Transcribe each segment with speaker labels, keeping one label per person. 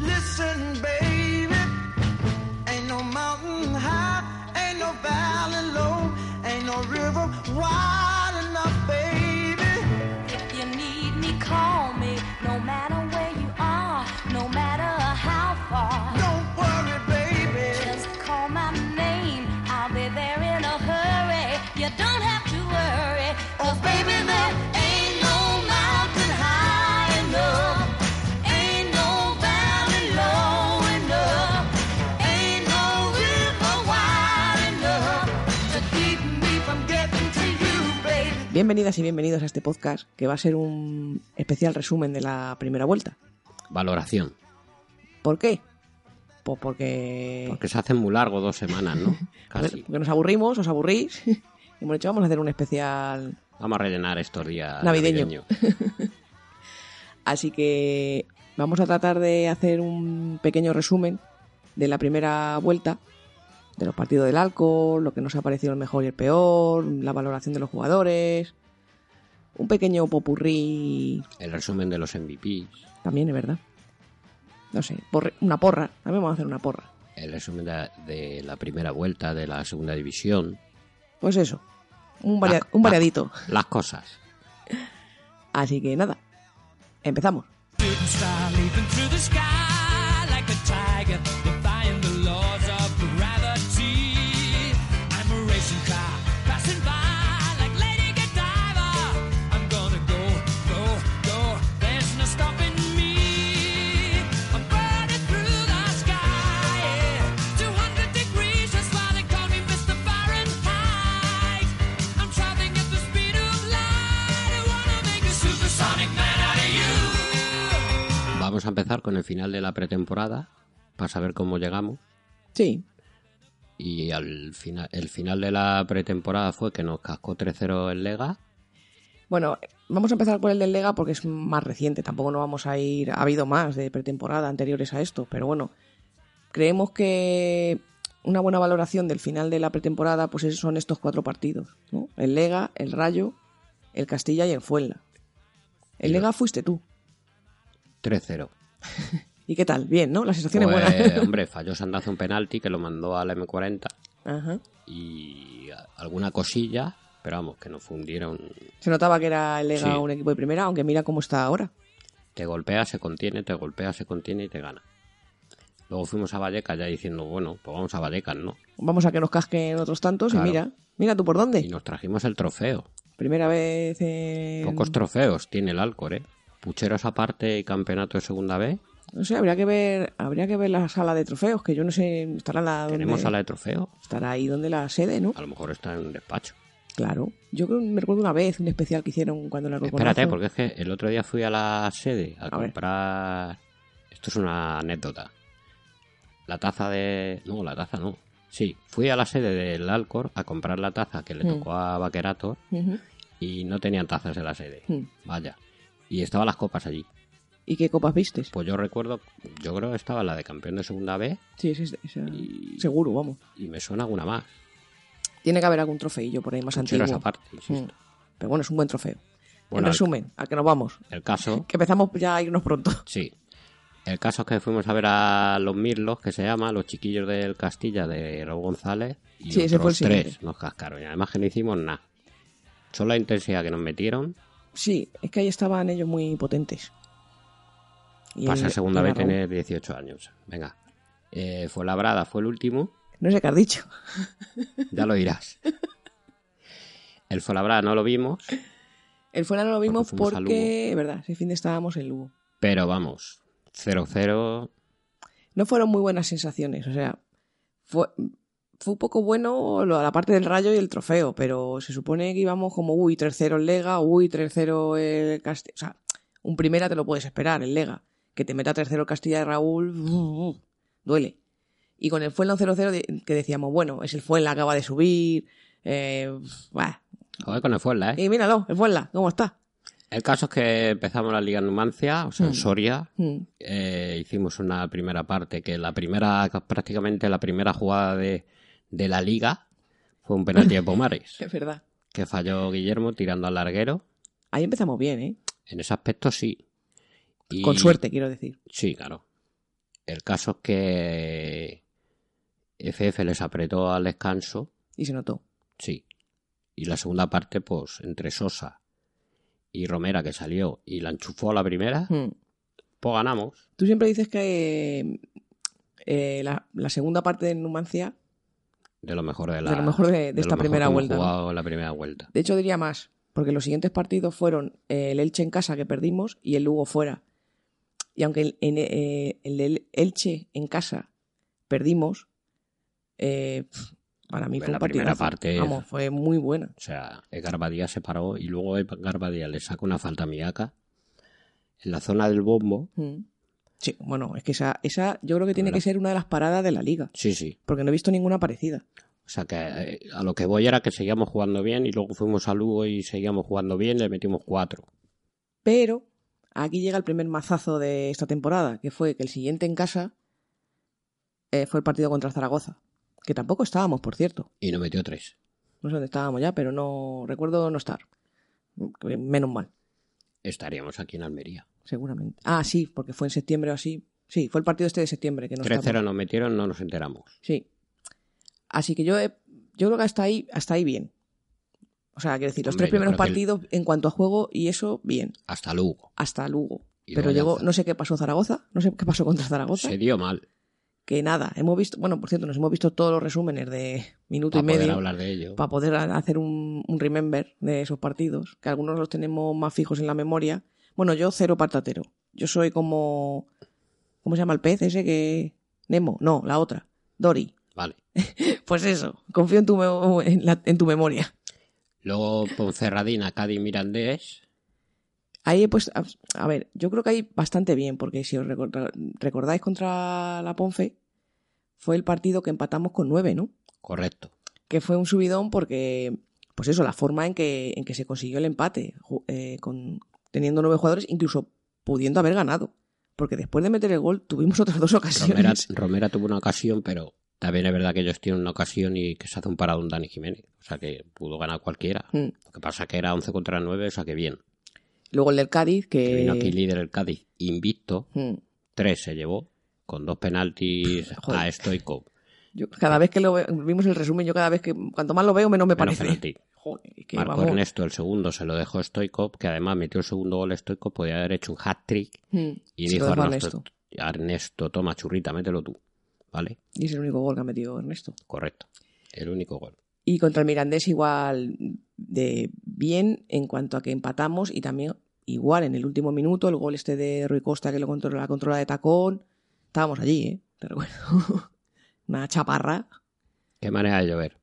Speaker 1: Listen, baby, ain't no mountain high, ain't no valley low, ain't no river wide enough, baby.
Speaker 2: If you need me, call me. No matter where you are, no matter how far.
Speaker 1: Don't worry, baby.
Speaker 2: Just call my name. I'll be there in a hurry. You don't have to worry. Cause baby, there ain't no mountain high enough. Ain't no valley low enough. Ain't no river wide enough to keep me from getting to you, baby.
Speaker 3: Bienvenidas y bienvenidos a este podcast que va a ser un especial resumen de la primera vuelta.
Speaker 4: Valoración.
Speaker 3: ¿Por qué? Pues porque,
Speaker 4: Porque se hace muy largo dos semanas, ¿no? Casi.
Speaker 3: porque nos aburrimos, os aburrís. y hemos dicho, vamos a hacer un especial.
Speaker 4: Vamos a rellenar estos días.
Speaker 3: Navideño.
Speaker 4: navideños.
Speaker 3: Así que vamos a tratar de hacer un pequeño resumen de la primera vuelta, de los partidos del alcohol, lo que nos ha parecido el mejor y el peor, la valoración de los jugadores, un pequeño popurrí
Speaker 4: El resumen de los MVPs.
Speaker 3: también, es verdad. No sé, porre- una porra, también vamos a hacer una porra.
Speaker 4: El resumen de, de la primera vuelta de la segunda división.
Speaker 3: Pues eso, un, varia-
Speaker 4: Ah,
Speaker 3: un
Speaker 4: ah.
Speaker 3: variadito.
Speaker 4: Las cosas.
Speaker 3: Así que nada, empezamos.
Speaker 5: Supersonic man out of you
Speaker 4: Vamos a empezar con el final de la pretemporada para saber cómo llegamos.
Speaker 3: Sí,
Speaker 4: Y al final, el final de la pretemporada fue que nos cascó 3-0 el Lega.
Speaker 3: bueno, vamos a empezar por el del Lega porque es más reciente, tampoco no vamos a ir, ha habido más de pretemporada anteriores a esto, pero bueno, creemos que una buena valoración del final de la pretemporada pues es- son estos cuatro partidos, ¿no? El Lega, el Rayo, el Castilla y el Fuenla. El Lega fuiste tú.
Speaker 4: 3-0.
Speaker 3: ¿Y qué tal? Bien, ¿no? La sensación es
Speaker 4: Pues,
Speaker 3: buena.
Speaker 4: hombre, falló Sandazo un penalti que lo mandó al M40
Speaker 3: Ajá.
Speaker 4: y a- alguna cosilla, pero vamos, que nos fundieron
Speaker 3: Se notaba que era el Lega
Speaker 4: Sí.
Speaker 3: un equipo de primera, aunque mira cómo está ahora.
Speaker 4: Te golpea, se contiene, te golpea, se contiene y te gana. Luego fuimos a Vallecas ya diciendo, bueno, pues vamos a Vallecas, ¿no?
Speaker 3: Vamos a que nos casquen otros tantos
Speaker 4: Claro.
Speaker 3: y mira, mira tú por
Speaker 4: Y
Speaker 3: dónde.
Speaker 4: nos trajimos el trofeo.
Speaker 3: Primera vez en...
Speaker 4: Pocos trofeos tiene el Alcor, ¿eh? Pucheros aparte y campeonato de segunda B.
Speaker 3: No sé, habría que ver, habría que ver la sala de trofeos, que yo no sé, estará la donde-
Speaker 4: Tenemos sala de trofeo.
Speaker 3: estará ahí donde la sede, ¿no?
Speaker 4: A lo mejor está en un despacho.
Speaker 3: Claro. Yo creo me recuerdo una vez un especial que hicieron cuando la
Speaker 4: Espérate, porque es que el otro día fui a la sede a,
Speaker 3: A ver.
Speaker 4: comprar. Esto es una anécdota. La taza de. No, la taza no. Sí, fui a la sede del Alcor a comprar la taza que le
Speaker 3: Mm.
Speaker 4: tocó a Vaquerator
Speaker 3: Ujú.
Speaker 4: y no tenían tazas en la sede.
Speaker 3: Hmm.
Speaker 4: Vaya. Y estaban las copas allí.
Speaker 3: ¿Y qué copas vistes?
Speaker 4: Pues yo recuerdo, yo creo que estaba la de campeón de segunda B
Speaker 3: Sí, es ese- esa-
Speaker 4: Y-
Speaker 3: seguro, vamos.
Speaker 4: y me suena alguna más.
Speaker 3: Tiene que haber algún trofeillo por ahí más
Speaker 4: Pero
Speaker 3: antiguo.
Speaker 4: esa parte, insisto.
Speaker 3: Mm. Pero bueno, es un buen trofeo. en
Speaker 4: Bueno, el-
Speaker 3: resumen, a que nos vamos.
Speaker 4: El caso,
Speaker 3: Que empezamos ya a irnos pronto.
Speaker 4: sí. El caso es que fuimos a ver a los Mirlos, que se llama, los chiquillos del Castilla de Raúl González. Y
Speaker 3: Sí, ese fue el
Speaker 4: otros
Speaker 3: siguiente.
Speaker 4: tres nos cascaron. Y además que no hicimos nada. Solo la intensidad que nos metieron.
Speaker 3: Sí, es que ahí estaban ellos muy potentes. Y
Speaker 4: Pasa
Speaker 3: el-
Speaker 4: segunda
Speaker 3: el
Speaker 4: vez
Speaker 3: marrón.
Speaker 4: tener 18 años. Venga. Eh, fue labrada, fue el último.
Speaker 3: No sé qué has dicho.
Speaker 4: Ya lo irás. El Folabrada no lo vimos,
Speaker 3: El fuera no lo vimos
Speaker 4: fuimos a
Speaker 3: porque, es verdad, ese fin de estábamos en Lugo.
Speaker 4: pero vamos, 0-0.
Speaker 3: No fueron muy buenas sensaciones, o sea, fue, fue un poco bueno lo- la parte del rayo y el trofeo, pero se supone que íbamos como, uy, 3-0 en Lega, uy, 3-0 el Castilla. O sea, un primera te lo puedes esperar en Lega. Que te meta 3-0 el Castilla de Raúl, mm, mm, duele. Y con el Fuenlabrada 0-0 de- que decíamos, bueno, es el Fuenla acaba de subir, eh, bah.
Speaker 4: Joder con el Fuenla, ¿eh?
Speaker 3: Y míralo, el Fuenla, ¿cómo está?
Speaker 4: El caso es que empezamos la Liga en Numancia, o sea, en
Speaker 3: Mm.
Speaker 4: Soria.
Speaker 3: Mm,
Speaker 4: Eh, hicimos una primera parte que la primera, prácticamente la primera jugada de, de la Liga fue un penalti de Pomares,
Speaker 3: es verdad.
Speaker 4: que falló Guillermo tirando al larguero.
Speaker 3: Ahí empezamos bien, ¿eh?
Speaker 4: En ese aspecto sí. Y-
Speaker 3: Con suerte, quiero decir.
Speaker 4: Sí, claro. El caso es que FF les apretó al descanso,
Speaker 3: Y se notó.
Speaker 4: sí. Y la segunda parte, pues, entre Sosa y Romera, que salió y la enchufó a la primera,
Speaker 3: Mm.
Speaker 4: pues ganamos.
Speaker 3: Tú siempre dices que eh, eh, la, la segunda parte de Numancia,
Speaker 4: De lo mejor de la
Speaker 3: de lo mejor de, de
Speaker 4: de lo
Speaker 3: esta
Speaker 4: mejor
Speaker 3: primera
Speaker 4: que hemos
Speaker 3: vuelta. ¿no?
Speaker 4: jugado en la primera vuelta.
Speaker 3: De hecho, diría más, porque los siguientes partidos fueron eh, el Elche en casa que perdimos y el Lugo fuera. Y aunque el, en- eh, el del Elche en casa perdimos, eh, pf, para mí
Speaker 4: Hombre,
Speaker 3: fue
Speaker 4: la
Speaker 3: un
Speaker 4: primera
Speaker 3: partidazo.
Speaker 4: parte-
Speaker 3: Vamos, fue muy buena.
Speaker 4: O sea, Garbadía se paró y luego Garbadía le saca una falta a Miaka en la zona del bombo.
Speaker 3: Mm. Sí, bueno, es que esa, esa yo creo que tiene
Speaker 4: Bueno.
Speaker 3: que ser una de las paradas de la liga,
Speaker 4: Sí, sí.
Speaker 3: porque no he visto ninguna parecida.
Speaker 4: O sea que eh, a lo que voy era que seguíamos jugando bien y luego fuimos a Lugo y seguíamos jugando bien, le metimos cuatro.
Speaker 3: Pero aquí llega el primer mazazo de esta temporada, que fue que el siguiente en casa eh, fue el partido contra Zaragoza, que tampoco estábamos, por cierto.
Speaker 4: Y nos metió tres.
Speaker 3: No sé dónde estábamos ya, pero no recuerdo no estar. Mm, Menos mal,
Speaker 4: Estaríamos aquí en Almería.
Speaker 3: seguramente. Ah, sí, porque fue en septiembre o así. Sí, fue el partido este de septiembre que no
Speaker 4: 3-0
Speaker 3: estábamos.
Speaker 4: nos metieron, no nos enteramos.
Speaker 3: Sí. Así que yo, he- yo creo que hasta ahí, hasta ahí bien. O sea, quiero decir, los
Speaker 4: Hombre,
Speaker 3: tres
Speaker 4: yo
Speaker 3: primeros
Speaker 4: creo que el-
Speaker 3: partidos en cuanto a juego y eso, bien.
Speaker 4: Hasta Lugo.
Speaker 3: Hasta Lugo.
Speaker 4: Y
Speaker 3: Pero
Speaker 4: luego ya
Speaker 3: llegó,
Speaker 4: Zara-
Speaker 3: no sé qué pasó Zaragoza, no sé qué pasó contra Zaragoza.
Speaker 4: Se dio mal.
Speaker 3: que nada, hemos visto, bueno, por cierto, nos hemos visto todos los resúmenes de minuto y
Speaker 4: Para poder
Speaker 3: medio
Speaker 4: hablar de ello.
Speaker 3: para poder a- hacer un, un remember de esos partidos, que algunos los tenemos más fijos en la memoria. Bueno, yo cero patatero. Yo soy como ¿cómo se llama el pez ese que Nemo? No, la otra, Dory.
Speaker 4: Vale.
Speaker 3: Pues eso, confío en tu me- en, la- en tu memoria.
Speaker 4: Luego Ponferradina, Cádiz, Mirandés.
Speaker 3: Ahí pues a, a ver, yo creo que ahí bastante bien porque si os recor- recordáis contra la Ponfe fue el partido que empatamos con nueve, ¿no?
Speaker 4: Correcto.
Speaker 3: que fue un subidón porque, pues eso, la forma en que, en que se consiguió el empate, ju- eh, con, teniendo nueve jugadores, incluso pudiendo haber ganado. Porque después de meter el gol tuvimos otras dos
Speaker 4: Romera,
Speaker 3: ocasiones.
Speaker 4: Romera tuvo una ocasión, pero también es verdad que ellos tienen una ocasión y que se hace un parado un Dani Jiménez. O sea que pudo ganar cualquiera.
Speaker 3: Mm.
Speaker 4: Lo que pasa que era 11 contra 9, o sea que bien.
Speaker 3: Luego el del Cádiz,
Speaker 4: Que vino
Speaker 3: que...
Speaker 4: aquí líder el Cádiz invicto.
Speaker 3: Mm.
Speaker 4: tres se llevó, con dos penaltis
Speaker 3: Joder.
Speaker 4: a Stoico.
Speaker 3: Yo, cada vez que lo ve- vimos el resumen, yo cada vez que... Cuanto más lo veo, menos me
Speaker 4: Menos
Speaker 3: parece.
Speaker 4: penalti.
Speaker 3: Joder, es que
Speaker 4: Marcó
Speaker 3: vamos.
Speaker 4: Ernesto el segundo, se lo dejó Stoico, que además metió el segundo gol Stoico, podía haber hecho un hat-trick
Speaker 3: Mm.
Speaker 4: y
Speaker 3: Se lo
Speaker 4: dijo
Speaker 3: dejó a
Speaker 4: Ernesto, Ernesto, toma churrita, mételo tú. ¿Vale?
Speaker 3: Y es el único gol que ha metido Ernesto.
Speaker 4: Correcto. El único gol.
Speaker 3: Y contra el Mirandés igual de bien en cuanto a que empatamos y también igual en el último minuto el gol este de Rui Costa que lo controla, la controla de tacón. Estábamos allí, ¿eh? Te recuerdo. Una chaparra.
Speaker 4: Qué manera de llover.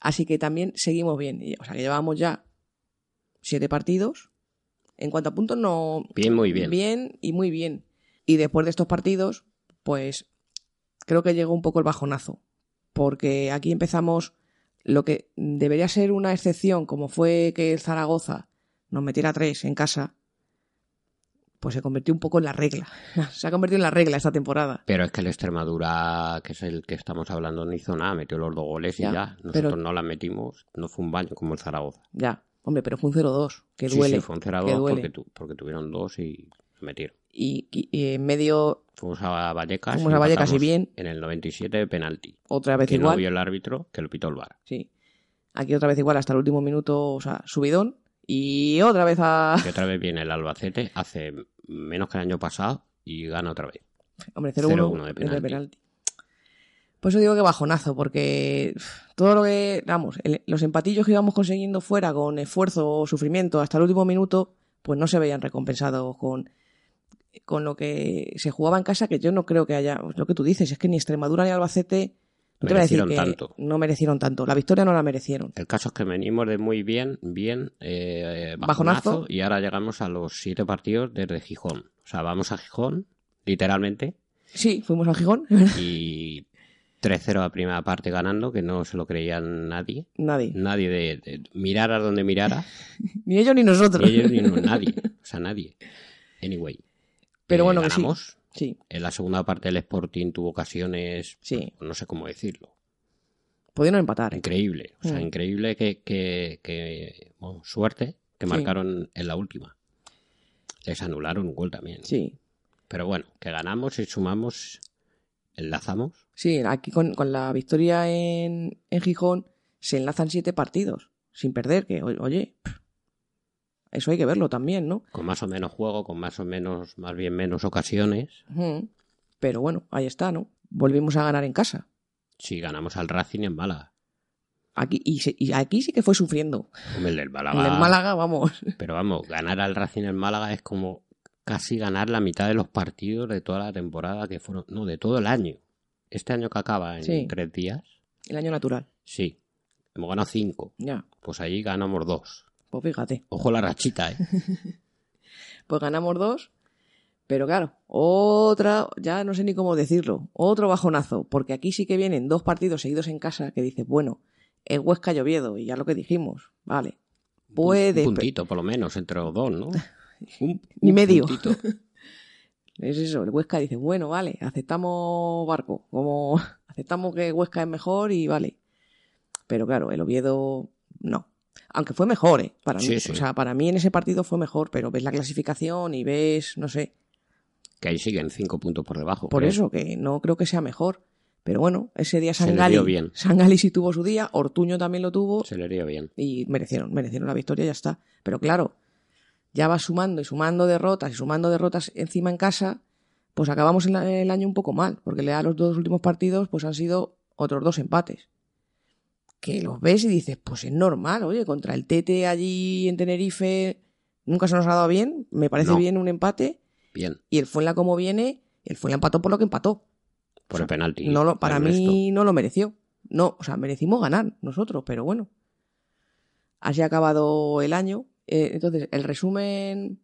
Speaker 3: Así que también seguimos bien. Y- O sea que llevamos ya siete partidos. En cuanto a puntos no...
Speaker 4: Bien, muy bien.
Speaker 3: Bien y muy bien. Y después de estos partidos, pues creo que llegó un poco el bajonazo. Porque aquí empezamos lo que debería ser una excepción, como fue que el Zaragoza nos metiera tres en casa, pues se convirtió un poco en la regla. se ha convertido en la regla esta temporada.
Speaker 4: Pero es que el Extremadura, que es el que estamos hablando, no hizo nada, metió los dos goles
Speaker 3: Ya,
Speaker 4: y ya. Nosotros
Speaker 3: pero-
Speaker 4: no la metimos, no fue un baño como el Zaragoza.
Speaker 3: Ya, hombre, pero fue un 0-2, que
Speaker 4: Sí,
Speaker 3: duele.
Speaker 4: sí, fue un 0
Speaker 3: que duele.
Speaker 4: porque, tu- porque tuvieron dos y se metieron.
Speaker 3: Y, y- y en medio,
Speaker 4: Fuimos a Vallecas.
Speaker 3: Fuimos a Vallecas y
Speaker 4: empatamos
Speaker 3: bien.
Speaker 4: En el 97 de penalti.
Speaker 3: otra vez
Speaker 4: Que no
Speaker 3: igual.
Speaker 4: vio el árbitro, que lo pitó el bar.
Speaker 3: Sí. Aquí otra vez igual, hasta el último minuto, o sea, subidón. Y otra vez a...
Speaker 4: Y otra vez viene el Albacete, hace menos que el año pasado y gana otra vez.
Speaker 3: Hombre,
Speaker 4: 0-1 de
Speaker 3: 0-1 de
Speaker 4: penalti.
Speaker 3: penalti. Por eso digo que bajonazo, porque uf, todo lo que, vamos, el- los empatillos que íbamos consiguiendo fuera con esfuerzo o sufrimiento hasta el último minuto, pues no se veían recompensados con, pues con lo que se jugaba en casa, que yo no creo que haya, lo que tú dices, es que ni Extremadura ni Albacete No te voy a decir
Speaker 4: Merecieron
Speaker 3: que
Speaker 4: tanto.
Speaker 3: no merecieron tanto. La victoria no la merecieron.
Speaker 4: El caso es que venimos de muy bien, bien, eh,
Speaker 3: Bajonazo.
Speaker 4: bajonazo, y ahora llegamos a los siete partidos desde Gijón. O sea, vamos a Gijón, literalmente,
Speaker 3: Sí, fuimos a Gijón.
Speaker 4: y 3-0 a primera parte ganando, que no se lo creía nadie.
Speaker 3: Nadie.
Speaker 4: Nadie de, de mirar a donde mirara,
Speaker 3: Ni ellos ni
Speaker 4: ni
Speaker 3: nosotros.
Speaker 4: ellos ni no- nadie. O sea, nadie. Anyway.
Speaker 3: Pero
Speaker 4: eh,
Speaker 3: bueno, que sí.
Speaker 4: ganamos.
Speaker 3: Sí,
Speaker 4: En la segunda parte el Sporting tuvo ocasiones,
Speaker 3: sí.
Speaker 4: no sé cómo decirlo,
Speaker 3: Pudieron empatar. ¿eh?
Speaker 4: increíble. O sea,
Speaker 3: Mm.
Speaker 4: increíble que, que, que, bueno, suerte que
Speaker 3: Sí.
Speaker 4: marcaron en la última. Les anularon un gol también.
Speaker 3: Sí.
Speaker 4: Pero bueno, que ganamos y sumamos, enlazamos.
Speaker 3: Sí, aquí con, con la victoria en, en Gijón se enlazan siete partidos sin perder, que o- oye, pff, eso hay que verlo también, ¿no?
Speaker 4: Con más o menos juego, con más o menos, más bien menos ocasiones.
Speaker 3: Ujú. Pero bueno, ahí está, ¿no? Volvimos a ganar en casa.
Speaker 4: Si ganamos al Racing en Málaga.
Speaker 3: Aquí, y, se- y aquí sí que fue sufriendo.
Speaker 4: Hombre, el del
Speaker 3: En
Speaker 4: Málaga.
Speaker 3: el Málaga, vamos.
Speaker 4: Pero vamos, ganar al Racing en Málaga es como casi ganar la mitad de los partidos de toda la temporada que fueron, no, de todo el año. Este año que acaba en
Speaker 3: Sí.
Speaker 4: tres días,
Speaker 3: El año natural.
Speaker 4: sí. Hemos ganado cinco,
Speaker 3: Ya,
Speaker 4: pues allí ganamos dos.
Speaker 3: pues fíjate.
Speaker 4: Ojo la rachita, ¿eh?
Speaker 3: Pues ganamos dos, pero claro, otra, ya no sé ni cómo decirlo, otro bajonazo, porque aquí sí que vienen dos partidos seguidos en casa que dices, bueno, es Huesca y Oviedo, y ya lo que dijimos, vale. Puede,
Speaker 4: Un puntito, por lo menos, entre los dos, ¿no? Un,
Speaker 3: Ni
Speaker 4: un
Speaker 3: medio.
Speaker 4: puntito.
Speaker 3: Es eso, el Huesca dice, bueno, vale, aceptamos barco, como aceptamos que Huesca es mejor y vale. Pero claro, el Oviedo no. Aunque fue mejor, ¿eh? Para mí,
Speaker 4: Sí, sí.
Speaker 3: O sea, para mí en ese partido fue mejor, pero ves la clasificación y ves, no sé,
Speaker 4: Que ahí siguen cinco puntos por debajo.
Speaker 3: por
Speaker 4: creo.
Speaker 3: eso que no creo que sea mejor. Pero bueno, ese día
Speaker 4: les
Speaker 3: Sangali,
Speaker 4: dio bien.
Speaker 3: Sangali sí tuvo su día, Ortuño también lo tuvo
Speaker 4: Se le dio bien.
Speaker 3: y merecieron, merecieron la victoria, ya está. Pero claro, ya va sumando y sumando derrotas y sumando derrotas encima en casa, pues acabamos el, el año un poco mal, porque le da los dos últimos partidos, pues han sido otros dos empates. Que los ves y dices, pues es normal, oye, contra el Tete allí en Tenerife nunca se nos ha dado bien, me parece
Speaker 4: No.
Speaker 3: bien un empate,
Speaker 4: Bien,
Speaker 3: y el Fuenla como viene, el Fuenla empató por lo que empató.
Speaker 4: por el penalti.
Speaker 3: No lo, para
Speaker 4: Ernesto.
Speaker 3: mí no lo mereció. No, o sea, merecimos ganar nosotros, pero bueno. Así ha acabado el año. Eh, entonces, el resumen.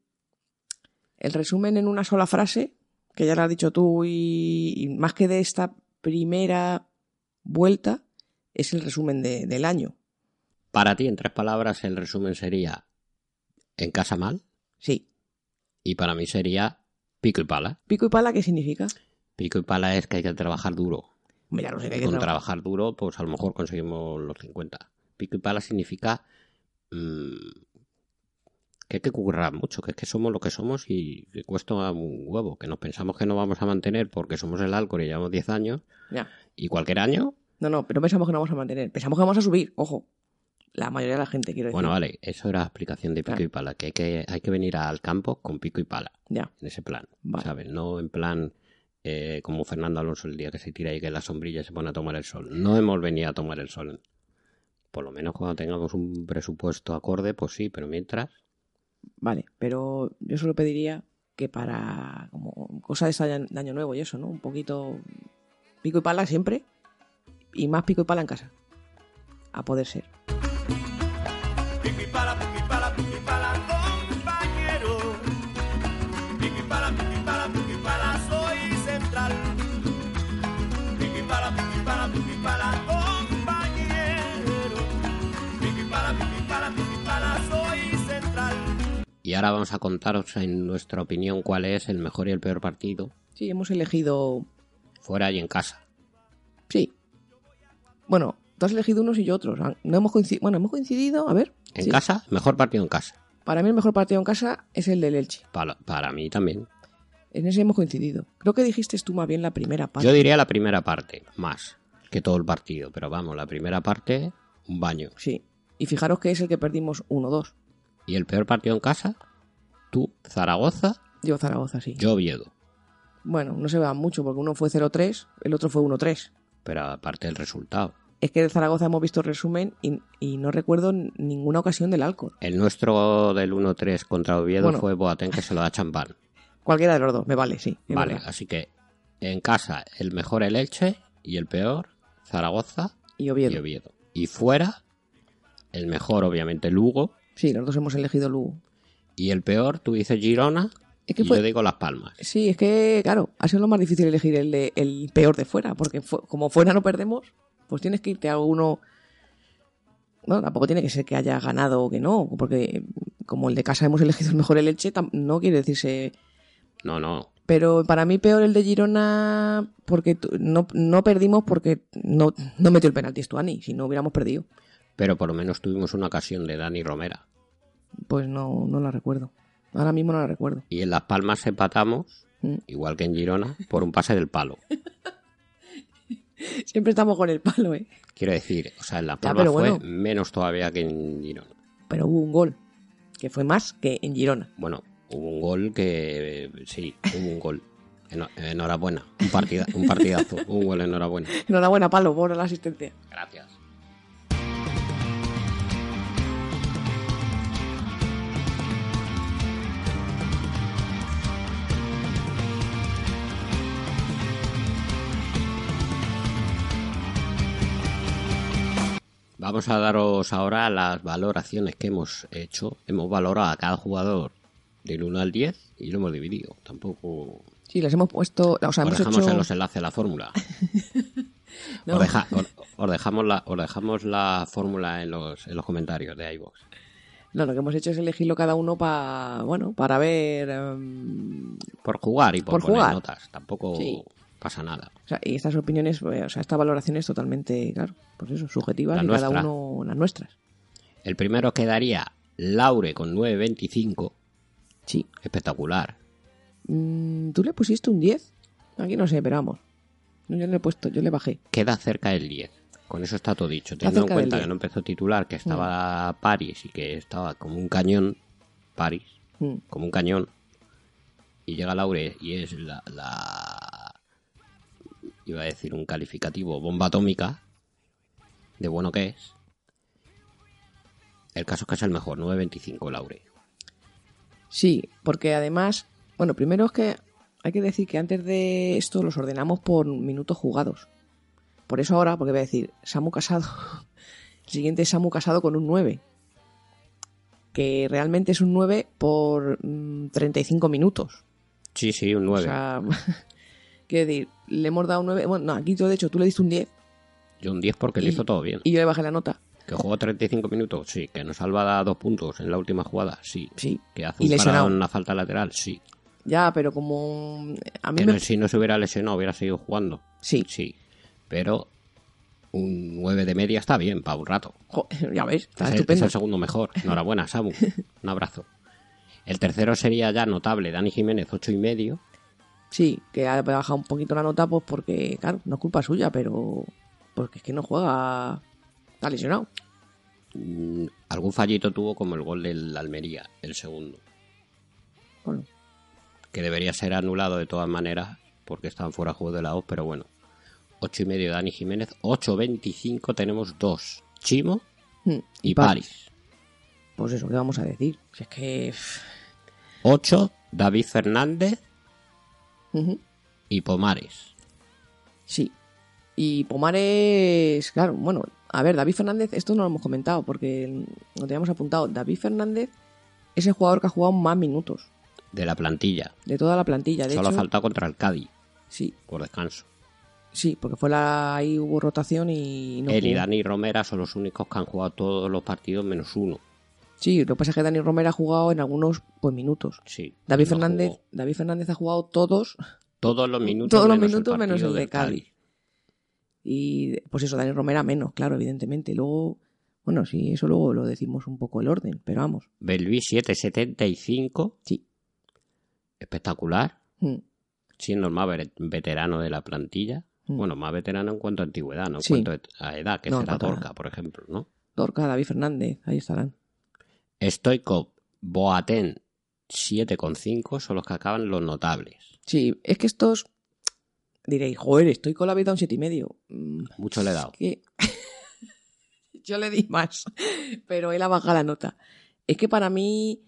Speaker 3: El resumen en una sola frase, que ya lo has dicho tú, y, y más que de esta primera vuelta, es el resumen de- del año.
Speaker 4: Para ti, en tres palabras, el resumen sería: en casa mal.
Speaker 3: Sí.
Speaker 4: Y para mí sería pico y pala.
Speaker 3: ¿Pico y pala qué significa?
Speaker 4: Pico y pala es que hay que trabajar duro.
Speaker 3: Mira, lo sé que hay que
Speaker 4: Con
Speaker 3: trabajar.
Speaker 4: trabajar duro, pues a lo mejor conseguimos los 50. Pico y pala significa mm, que hay que currar mucho, que es que somos lo que somos y que cuesta un huevo, que nos pensamos que no vamos a mantener porque somos el Alcor y llevamos 10 años
Speaker 3: Ya.
Speaker 4: y cualquier año,
Speaker 3: No, no, pero pensamos que no vamos a mantener. Pensamos que vamos a subir, ojo. La mayoría de la gente, quiero decir.
Speaker 4: bueno, vale, eso era la explicación de pico
Speaker 3: Claro.
Speaker 4: y pala, que hay, que hay que venir al campo con pico y pala.
Speaker 3: Ya.
Speaker 4: en ese plan,
Speaker 3: Vale.
Speaker 4: ¿sabes? No en plan eh, como Fernando Alonso el día que se tira y que en la sombrilla se pone a tomar el sol. No hemos venido a tomar el sol. Por lo menos cuando tengamos un presupuesto acorde, pues sí, pero mientras,
Speaker 3: Vale, pero yo solo pediría que para como cosa de esta de año nuevo y eso, ¿no? Un poquito pico y pala siempre y más pico y pala en casa. A poder ser.
Speaker 1: Pico y pala, pico y pala, pico y pala, compañero. Pico y pala, pico y pala, pico y pala, soy central. Pico y pala, pico y pala, pico y pala, compañero. Pico y pala, pico y pala, pico y pala, soy central.
Speaker 4: y ahora vamos a contaros en nuestra opinión cuál es el mejor y el peor partido,
Speaker 3: Sí, hemos elegido.
Speaker 4: fuera y en casa.
Speaker 3: Sí. Bueno, tú has elegido unos y yo otros. Ah, No hemos coincidido. Bueno, hemos coincidido. A ver.
Speaker 4: En
Speaker 3: sí.
Speaker 4: casa, mejor partido en casa.
Speaker 3: Para mí el mejor partido en casa es el del Elche.
Speaker 4: Para, para mí también.
Speaker 3: En ese hemos coincidido. Creo que dijiste tú más bien la primera parte.
Speaker 4: Yo diría la primera parte, más que todo el partido, pero vamos, la primera parte, un baño.
Speaker 3: Sí. Y fijaros que es el que perdimos 1-2.
Speaker 4: Y el peor partido en casa, tú, Zaragoza,
Speaker 3: Yo Zaragoza, sí.
Speaker 4: yo Oviedo.
Speaker 3: Bueno, no se vean mucho porque uno fue 0-3, el otro fue 1-3.
Speaker 4: Pero aparte del resultado.
Speaker 3: Es que el Zaragoza hemos visto resumen y, y no recuerdo ninguna ocasión del Alcor.
Speaker 4: El nuestro del 1-3 contra Oviedo
Speaker 3: Bueno.
Speaker 4: fue Boateng que se lo da a Champán.
Speaker 3: Cualquiera de los dos, me vale, sí. es
Speaker 4: Vale,
Speaker 3: verdad.
Speaker 4: así que en casa el mejor el Elche y el peor Zaragoza
Speaker 3: Y Oviedo.
Speaker 4: y Oviedo. Y fuera, el mejor obviamente Lugo
Speaker 3: Sí, los dos hemos elegido Lugo.
Speaker 4: y el peor, tú dices Girona
Speaker 3: Es que
Speaker 4: y
Speaker 3: fue-
Speaker 4: yo digo Las Palmas.
Speaker 3: Sí, es que, claro, ha sido lo más difícil elegir el, de- el peor de fuera, porque fu- como fuera no perdemos, pues tienes que irte a uno. Bueno, tampoco tiene que ser que haya ganado o que no, porque como el de casa hemos elegido el mejor el Elche, tam- no quiere decirse.
Speaker 4: No, no,
Speaker 3: Pero para mí peor el de Girona, porque tu- no, no perdimos porque no, no metió el penalti Stuani, si no hubiéramos perdido.
Speaker 4: pero por lo menos tuvimos una ocasión de Dani Romera.
Speaker 3: Pues no, no la recuerdo. Ahora mismo no la recuerdo.
Speaker 4: Y en Las Palmas empatamos,
Speaker 3: Mm.
Speaker 4: igual que en Girona, por un pase del palo.
Speaker 3: Siempre estamos con el palo, ¿eh?
Speaker 4: Quiero decir, o sea, en Las
Speaker 3: Ya,
Speaker 4: Palmas
Speaker 3: pero
Speaker 4: fue
Speaker 3: bueno.
Speaker 4: menos todavía que en Girona.
Speaker 3: Pero hubo un gol, que fue más que en Girona.
Speaker 4: Bueno, hubo un gol que. eh, Sí, hubo un gol. Eno- Enhorabuena. Un, partida, un partidazo. Un gol, enhorabuena.
Speaker 3: Enhorabuena, Palo, por la asistencia.
Speaker 4: Gracias. Vamos a daros ahora las valoraciones que hemos hecho. Hemos valorado a cada jugador del 1 al 10 y lo hemos dividido. Tampoco
Speaker 3: Sí, les hemos puesto. O sea,
Speaker 4: os
Speaker 3: hemos
Speaker 4: dejamos
Speaker 3: hecho.
Speaker 4: en los enlaces la fórmula.
Speaker 3: No.
Speaker 4: Os, deja- os- os dejamos la, os dejamos la fórmula en los, en los comentarios de iVoox.
Speaker 3: No, lo que hemos hecho es elegirlo cada uno para. Bueno, para ver. em,
Speaker 4: Por jugar y por,
Speaker 3: Por
Speaker 4: poner
Speaker 3: jugar.
Speaker 4: notas. Tampoco
Speaker 3: Sí.
Speaker 4: pasa nada.
Speaker 3: o sea, y estas opiniones, eh, o sea, esta valoración es totalmente, claro, pues eso, subjetivas
Speaker 4: La
Speaker 3: y cada
Speaker 4: nuestra.
Speaker 3: uno las nuestras.
Speaker 4: El primero quedaría Laure con 9.25.
Speaker 3: Sí.
Speaker 4: Espectacular.
Speaker 3: Mm, ¿Tú le pusiste un 10? Aquí no sé, pero vamos. No, Yo le he puesto, yo le bajé.
Speaker 4: Queda cerca del 10. Con eso está todo dicho.
Speaker 3: Está
Speaker 4: Teniendo en
Speaker 3: cerca del Mm.
Speaker 4: cuenta
Speaker 3: 10.
Speaker 4: que no empezó titular, que estaba París y que estaba como un cañón. París.
Speaker 3: Mm.
Speaker 4: como un cañón. Y llega Laure y es la, la- Iba a decir un calificativo, bomba atómica. De bueno que es. El caso es que es el mejor, 9.25 Laure.
Speaker 3: Sí, porque además, bueno, primero es que hay que decir que antes de esto los ordenamos por minutos jugados. Por eso ahora, porque voy a decir, Samu Casado, el siguiente es Samu Casado con un 9, que realmente es un 9 por mm, 35 minutos.
Speaker 4: Sí, sí, un 9.
Speaker 3: O sea, quiero decir, le hemos dado un 9, bueno, no, aquí yo de hecho tú le diste un 10
Speaker 4: Yo un 10 porque
Speaker 3: y-
Speaker 4: lo hizo todo bien.
Speaker 3: y yo le bajé la nota,
Speaker 4: Que jugó 35 minutos, sí. Que nos salva da dos puntos en la última jugada, sí.
Speaker 3: sí.
Speaker 4: Que hace
Speaker 3: Y
Speaker 4: un
Speaker 3: lesionado.
Speaker 4: parado en una falta lateral, sí.
Speaker 3: Ya, pero como mm, a mí
Speaker 4: Que
Speaker 3: me...
Speaker 4: no- si no se hubiera lesionado, hubiera seguido jugando.
Speaker 3: Sí,
Speaker 4: Sí. Pero un 9 de media está bien para un rato.
Speaker 3: Jo, ya ves, está
Speaker 4: Es el-
Speaker 3: estupendo.
Speaker 4: Es el segundo mejor. Enhorabuena, Samu. Un abrazo. El tercero sería ya notable, Dani Jiménez, ocho y medio.
Speaker 3: Sí, que ha bajado un poquito la nota, pues porque, claro, no es culpa suya, pero. Porque es que no juega. Está lesionado.
Speaker 4: Mm, Algún fallito tuvo como el gol del Almería, el segundo,
Speaker 3: Bueno,
Speaker 4: que debería ser anulado de todas maneras porque estaban fuera de juego de la O, pero bueno. Ocho y medio Dani Jiménez, 8.25 tenemos dos, Chimo
Speaker 3: hmm,
Speaker 4: y,
Speaker 3: Paris.
Speaker 4: París.
Speaker 3: Pues eso, ¿qué vamos a decir? Si es que. pff,
Speaker 4: 8 David Fernández
Speaker 3: ujú,
Speaker 4: y Pomares.
Speaker 3: Sí. Y Pomares, claro, bueno, a ver, David Fernández, esto no lo hemos comentado porque lo teníamos apuntado. David Fernández es el jugador que ha jugado más minutos
Speaker 4: De la plantilla.
Speaker 3: de toda la plantilla. De
Speaker 4: Solo ha
Speaker 3: hecho,
Speaker 4: faltado contra el Cádiz,
Speaker 3: sí,
Speaker 4: por descanso.
Speaker 3: sí, porque fue la, ahí hubo rotación y no.
Speaker 4: Él y
Speaker 3: jugó.
Speaker 4: Dani Romera son los únicos que han jugado todos los partidos menos uno.
Speaker 3: Sí, lo que pasa es que Dani Romero ha jugado en algunos pues minutos.
Speaker 4: Sí.
Speaker 3: David
Speaker 4: No
Speaker 3: Fernández,
Speaker 4: jugó.
Speaker 3: David Fernández ha jugado todos
Speaker 4: Todos los minutos.
Speaker 3: todos los
Speaker 4: menos
Speaker 3: minutos
Speaker 4: el
Speaker 3: menos
Speaker 4: partido
Speaker 3: el de
Speaker 4: del
Speaker 3: Cádiz.
Speaker 4: Cádiz.
Speaker 3: Y pues eso, Dani Romera menos, claro, evidentemente. Luego, bueno, sí, eso luego lo decimos un poco el orden, pero vamos.
Speaker 4: Belví 775.
Speaker 3: Sí.
Speaker 4: Espectacular.
Speaker 3: Mm,
Speaker 4: Siendo el más ver- veterano de la plantilla.
Speaker 3: Mm.
Speaker 4: Bueno, más veterano en cuanto a antigüedad, no en
Speaker 3: Sí.
Speaker 4: cuanto a edad, que
Speaker 3: No, en
Speaker 4: será
Speaker 3: cuanto a edad.
Speaker 4: Torca, por ejemplo, ¿no?
Speaker 3: Dorca, David Fernández, ahí estarán.
Speaker 4: Stoikov, Boateng, 7,5 son los que acaban los notables.
Speaker 3: Sí, es que estos diréis, joder, estoy con la vida a un siete y medio. Mm,
Speaker 4: Mucho le he dado.
Speaker 3: que- yo le di más, pero él ha bajado la nota. Es que para mí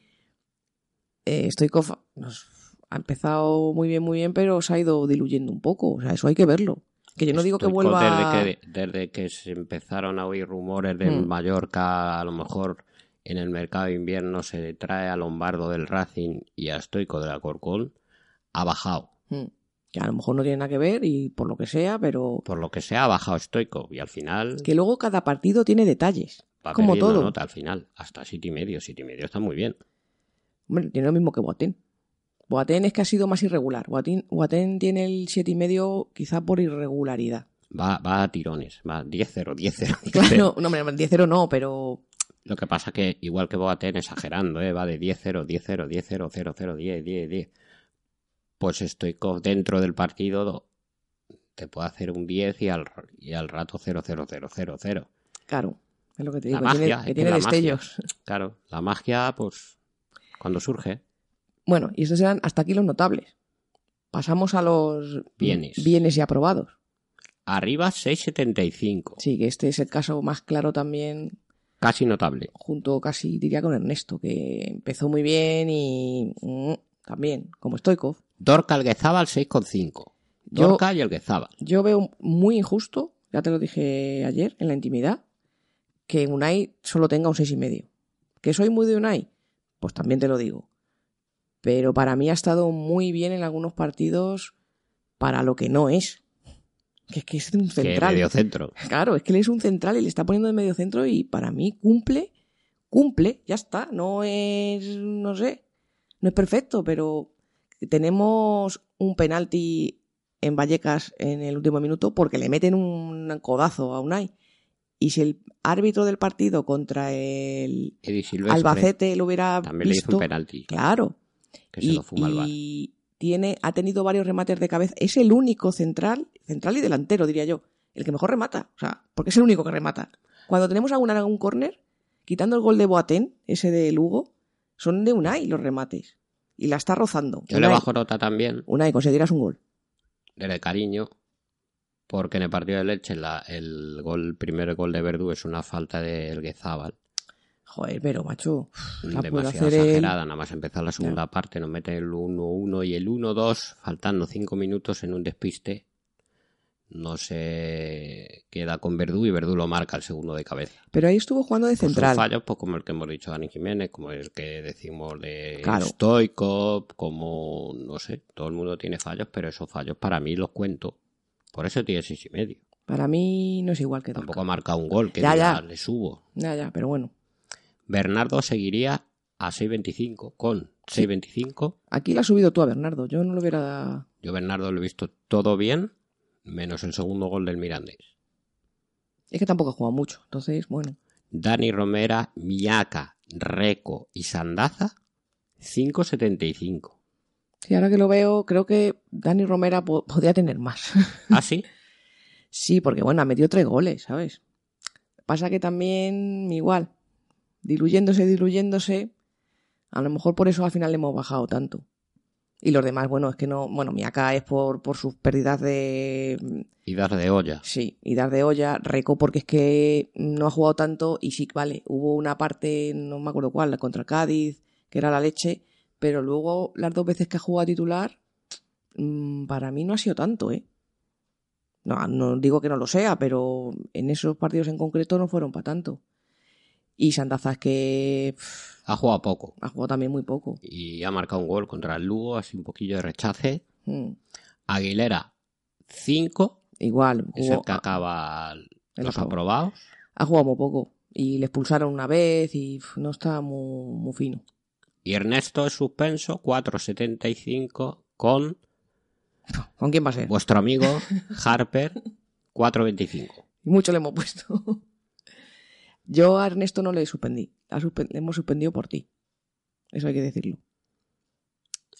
Speaker 3: eh, Stoikov nos ha empezado muy bien, muy bien, pero se ha ido diluyendo un poco. O sea, eso hay que verlo. Que yo no digo que
Speaker 4: Estoy con-
Speaker 3: vuelva.
Speaker 4: Desde que, desde que se empezaron a oír rumores de
Speaker 3: Mm.
Speaker 4: Mallorca, a lo mejor en el mercado de invierno se trae a Lombardo del Racing y a Stoico del Alcorcón, ha bajado.
Speaker 3: Mm. Que a lo mejor no tiene nada que ver y por lo que sea, pero.
Speaker 4: Por lo que sea, ha bajado Stoico y al final
Speaker 3: Que luego cada partido tiene detalles.
Speaker 4: Pues va
Speaker 3: como
Speaker 4: perdiendo
Speaker 3: todo.
Speaker 4: nota al final. Hasta siete y medio, siete y medio está muy bien.
Speaker 3: Hombre, tiene lo mismo que Boateng. Boateng es que ha sido más irregular. Boateng, Boateng tiene el siete y medio quizá por irregularidad.
Speaker 4: Va, va a tirones, va 10-0, 10-0.
Speaker 3: Claro, no, hombre, 10-0 no, pero
Speaker 4: Lo que pasa que, igual que Boateng, exagerando, ¿eh? va de 10-0, 10-0, 10-0, 0-0, 10, 10, 10. Pues estoy co- dentro del partido, te puedo hacer un 10 y al, y al rato 0, 0, 0, 0, 0.
Speaker 3: claro, es lo que te
Speaker 4: La
Speaker 3: digo, que
Speaker 4: magia,
Speaker 3: tiene,
Speaker 4: es
Speaker 3: que
Speaker 4: que
Speaker 3: tiene
Speaker 4: la
Speaker 3: destellos.
Speaker 4: Claro, la magia, pues, cuando surge,
Speaker 3: Bueno, y estos eran hasta aquí los notables. Pasamos a los
Speaker 4: Bienes.
Speaker 3: bienes y aprobados.
Speaker 4: arriba 6.75,
Speaker 3: Sí, que este es el caso más claro también,
Speaker 4: casi notable.
Speaker 3: junto casi diría con Ernesto, que empezó muy bien y mm, también, como Stoikov.
Speaker 4: Dorca Alguezábal 6.5.
Speaker 3: Yo-
Speaker 4: Dorca y Alguezábal.
Speaker 3: Yo veo muy injusto, ya te lo dije ayer en la intimidad, que Unai solo tenga un seis y medio. ¿Que soy muy de Unai? Pues también te lo digo. Pero para mí ha estado muy bien en algunos partidos para lo que no es. Que es que es un
Speaker 4: Que
Speaker 3: central.
Speaker 4: medio centro.
Speaker 3: Claro, es que él es un central y le está poniendo de medio centro y para mí cumple, cumple, ya está. No es, no sé, no es perfecto, pero tenemos un penalti en Vallecas en el último minuto porque le meten un codazo a Unai. Y si el árbitro del partido contra el
Speaker 4: Eddie Silvestre
Speaker 3: Albacete lo hubiera
Speaker 4: también le hizo
Speaker 3: visto,
Speaker 4: un penalti,
Speaker 3: claro,
Speaker 4: que se lo fuma al bar.
Speaker 3: y tiene, ha tenido varios remates de cabeza. Es el único central, central y delantero, diría yo, el que mejor remata. O sea, porque es el único que remata. Cuando tenemos alguna en algún córner, quitando el gol de Boatén, ese de Lugo, son de Unai los remates. Y la está rozando.
Speaker 4: Yo le
Speaker 3: Unai,
Speaker 4: bajo nota también.
Speaker 3: Unai, conseguirás un gol.
Speaker 4: de cariño, porque en el partido de Leche la- el gol, primer gol de Verdú es una falta de Elguezábal.
Speaker 3: Joder, pero macho. La puede
Speaker 4: Demasiado
Speaker 3: Ah, pues hacer él.
Speaker 4: exagerada, nada más empezar la segunda parte, nos mete el 1-1 y el 1-2, faltando cinco minutos en un despiste. No se queda con Verdú y Verdú lo marca el segundo de cabeza.
Speaker 3: Pero ahí estuvo jugando de
Speaker 4: Pues son
Speaker 3: central.
Speaker 4: fallos pues, como el que hemos dicho de Dani Jiménez, como el que decimos de
Speaker 3: Claro.
Speaker 4: Stoico, como no sé, todo el mundo tiene fallos, pero esos fallos para mí los cuento. Por eso tiene seis y medio.
Speaker 3: Para mí no es igual que
Speaker 4: Tampoco ha marcado un gol, que
Speaker 3: Ya,
Speaker 4: ya,
Speaker 3: ya.
Speaker 4: le subo.
Speaker 3: Ya, ya, pero bueno.
Speaker 4: Bernardo seguiría a 6.25 con 6.25.
Speaker 3: Aquí la has subido tú a Bernardo. Yo no lo hubiera.
Speaker 4: Yo Bernardo lo he visto todo bien, menos el segundo gol del Mirandés.
Speaker 3: Es que tampoco ha jugado mucho. Entonces, bueno.
Speaker 4: Dani Romera, Miaca, Reco y Sandaza 5.75.
Speaker 3: Sí, ahora que lo veo, creo que Dani Romera po- podría tener más.
Speaker 4: Ah, sí.
Speaker 3: sí, porque bueno, ha metido tres goles, ¿sabes? Pasa que también igual, diluyéndose, diluyéndose, a lo mejor por eso al final le hemos bajado tanto. Y los demás, bueno, es que no, bueno, Miaka es por, por sus pérdidas de,
Speaker 4: Y dar de olla.
Speaker 3: Sí, y dar de olla, Reco, porque es que no ha jugado tanto y sí, vale, hubo una parte, no me acuerdo cuál, la contra el Cádiz, que era la leche, pero luego las dos veces que ha jugado titular, mm, para mí no ha sido tanto, ¿eh? No, no digo que no lo sea, pero en esos partidos en concreto no fueron para tanto. Y Sandaza es que pf,
Speaker 4: Ha jugado poco.
Speaker 3: ha jugado también muy poco.
Speaker 4: Y ha marcado un gol contra el Lugo, así un poquillo de rechace.
Speaker 3: Mm,
Speaker 4: Aguilera, 5.
Speaker 3: Igual,
Speaker 4: Es
Speaker 3: jugó-
Speaker 4: el que acaba los
Speaker 3: aprobado.
Speaker 4: aprobados.
Speaker 3: ha jugado muy poco. Y le expulsaron una vez y pf, no está muy, muy fino.
Speaker 4: Y Ernesto es suspenso, 4.75, con
Speaker 3: ¿Con quién va a ser?
Speaker 4: vuestro amigo Harper, 4.25.
Speaker 3: Y mucho le hemos puesto. Yo a Ernesto no le suspendí. La suspe- le hemos suspendido por ti. Eso hay que decirlo.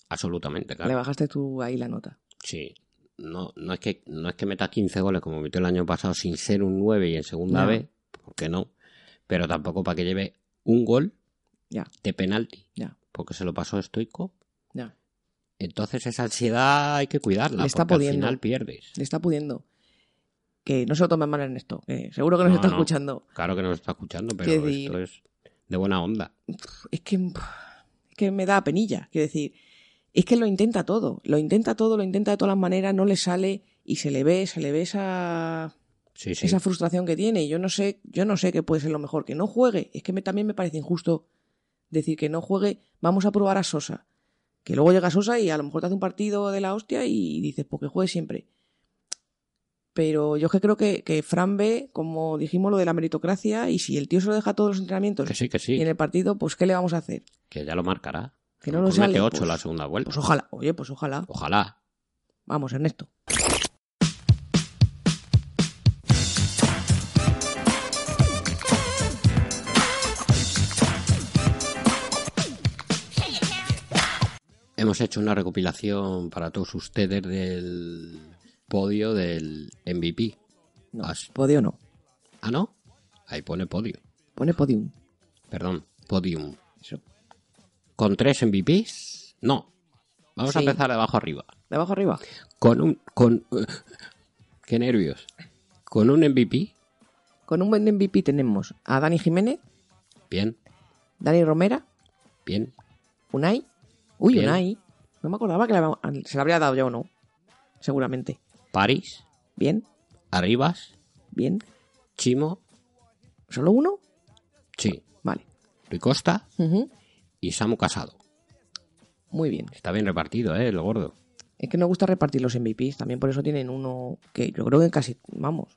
Speaker 4: Absolutamente,
Speaker 3: Le
Speaker 4: claro.
Speaker 3: bajaste tú ahí la nota.
Speaker 4: Sí. No, no, es que, no es que meta 15 goles como metió el año pasado sin ser un 9 y en segunda
Speaker 3: No.
Speaker 4: vez, porque no. Pero tampoco para que lleve un gol
Speaker 3: Ya.
Speaker 4: de penalti,
Speaker 3: Ya.
Speaker 4: porque se lo pasó estoico.
Speaker 3: Ya.
Speaker 4: Entonces esa ansiedad hay que cuidarla,
Speaker 3: Le está
Speaker 4: porque
Speaker 3: pudiendo.
Speaker 4: al final pierdes.
Speaker 3: Le está pudiendo. Que no se lo tomen mal Ernesto. Que seguro que nos
Speaker 4: No,
Speaker 3: está
Speaker 4: no.
Speaker 3: escuchando.
Speaker 4: Claro que nos está escuchando, pero
Speaker 3: Quiero decir-
Speaker 4: esto es de buena onda.
Speaker 3: Es que, pff, es que me da penilla. Quiero decir, es que lo intenta todo. Lo intenta todo, lo intenta de todas las maneras, no le sale. y se le ve, se le ve esa,
Speaker 4: Sí, sí.
Speaker 3: esa frustración que tiene. Yo no sé, yo no sé qué puede ser lo mejor, que no juegue. Es que me, también me parece injusto decir que no juegue. Vamos a probar a Sosa. Que luego llega Sosa y a lo mejor te hace un partido de la hostia y dices, porque juegue siempre. Pero yo es que creo que, que Fran ve, como dijimos, lo de la meritocracia, y si el tío se lo deja todos los entrenamientos
Speaker 4: Que sí, que
Speaker 3: y
Speaker 4: sí.
Speaker 3: en el partido, pues ¿qué le vamos a hacer?
Speaker 4: Que ya lo marcará.
Speaker 3: Que
Speaker 4: A
Speaker 3: no lo
Speaker 4: mejor mete
Speaker 3: sale,
Speaker 4: ocho
Speaker 3: pues-
Speaker 4: la segunda vuelta.
Speaker 3: Pues ojalá, oye, pues ojalá.
Speaker 4: Ojalá.
Speaker 3: Vamos, Ernesto.
Speaker 4: Hemos hecho una recopilación para todos ustedes del podio del MVP.
Speaker 3: No,
Speaker 4: As-
Speaker 3: podio no.
Speaker 4: Ah, ¿no? Ahí pone podio.
Speaker 3: Pone podium.
Speaker 4: Perdón, podium.
Speaker 3: Eso.
Speaker 4: Con tres MVPs. No. Vamos a
Speaker 3: Sí.
Speaker 4: empezar de abajo arriba.
Speaker 3: De abajo arriba.
Speaker 4: Con un... Con... eh, Qué nervios. Con un MVP.
Speaker 3: Con un buen MVP tenemos a Dani Jiménez,
Speaker 4: Bien,
Speaker 3: Dani Romera,
Speaker 4: bien.
Speaker 3: Unai. Uy,
Speaker 4: Bien.
Speaker 3: Unai. No me acordaba que le había- se la habría dado yo o no. Seguramente.
Speaker 4: París,
Speaker 3: Bien,
Speaker 4: Arribas,
Speaker 3: bien.
Speaker 4: Chimo,
Speaker 3: ¿Solo uno?
Speaker 4: sí.
Speaker 3: Vale.
Speaker 4: Ricosta
Speaker 3: Ujú.
Speaker 4: y Samu Casado.
Speaker 3: Muy bien.
Speaker 4: Está bien repartido, ¿eh? Lo gordo.
Speaker 3: Es que nos gusta repartir los MVPs. También por eso tienen uno que yo creo que casi, vamos,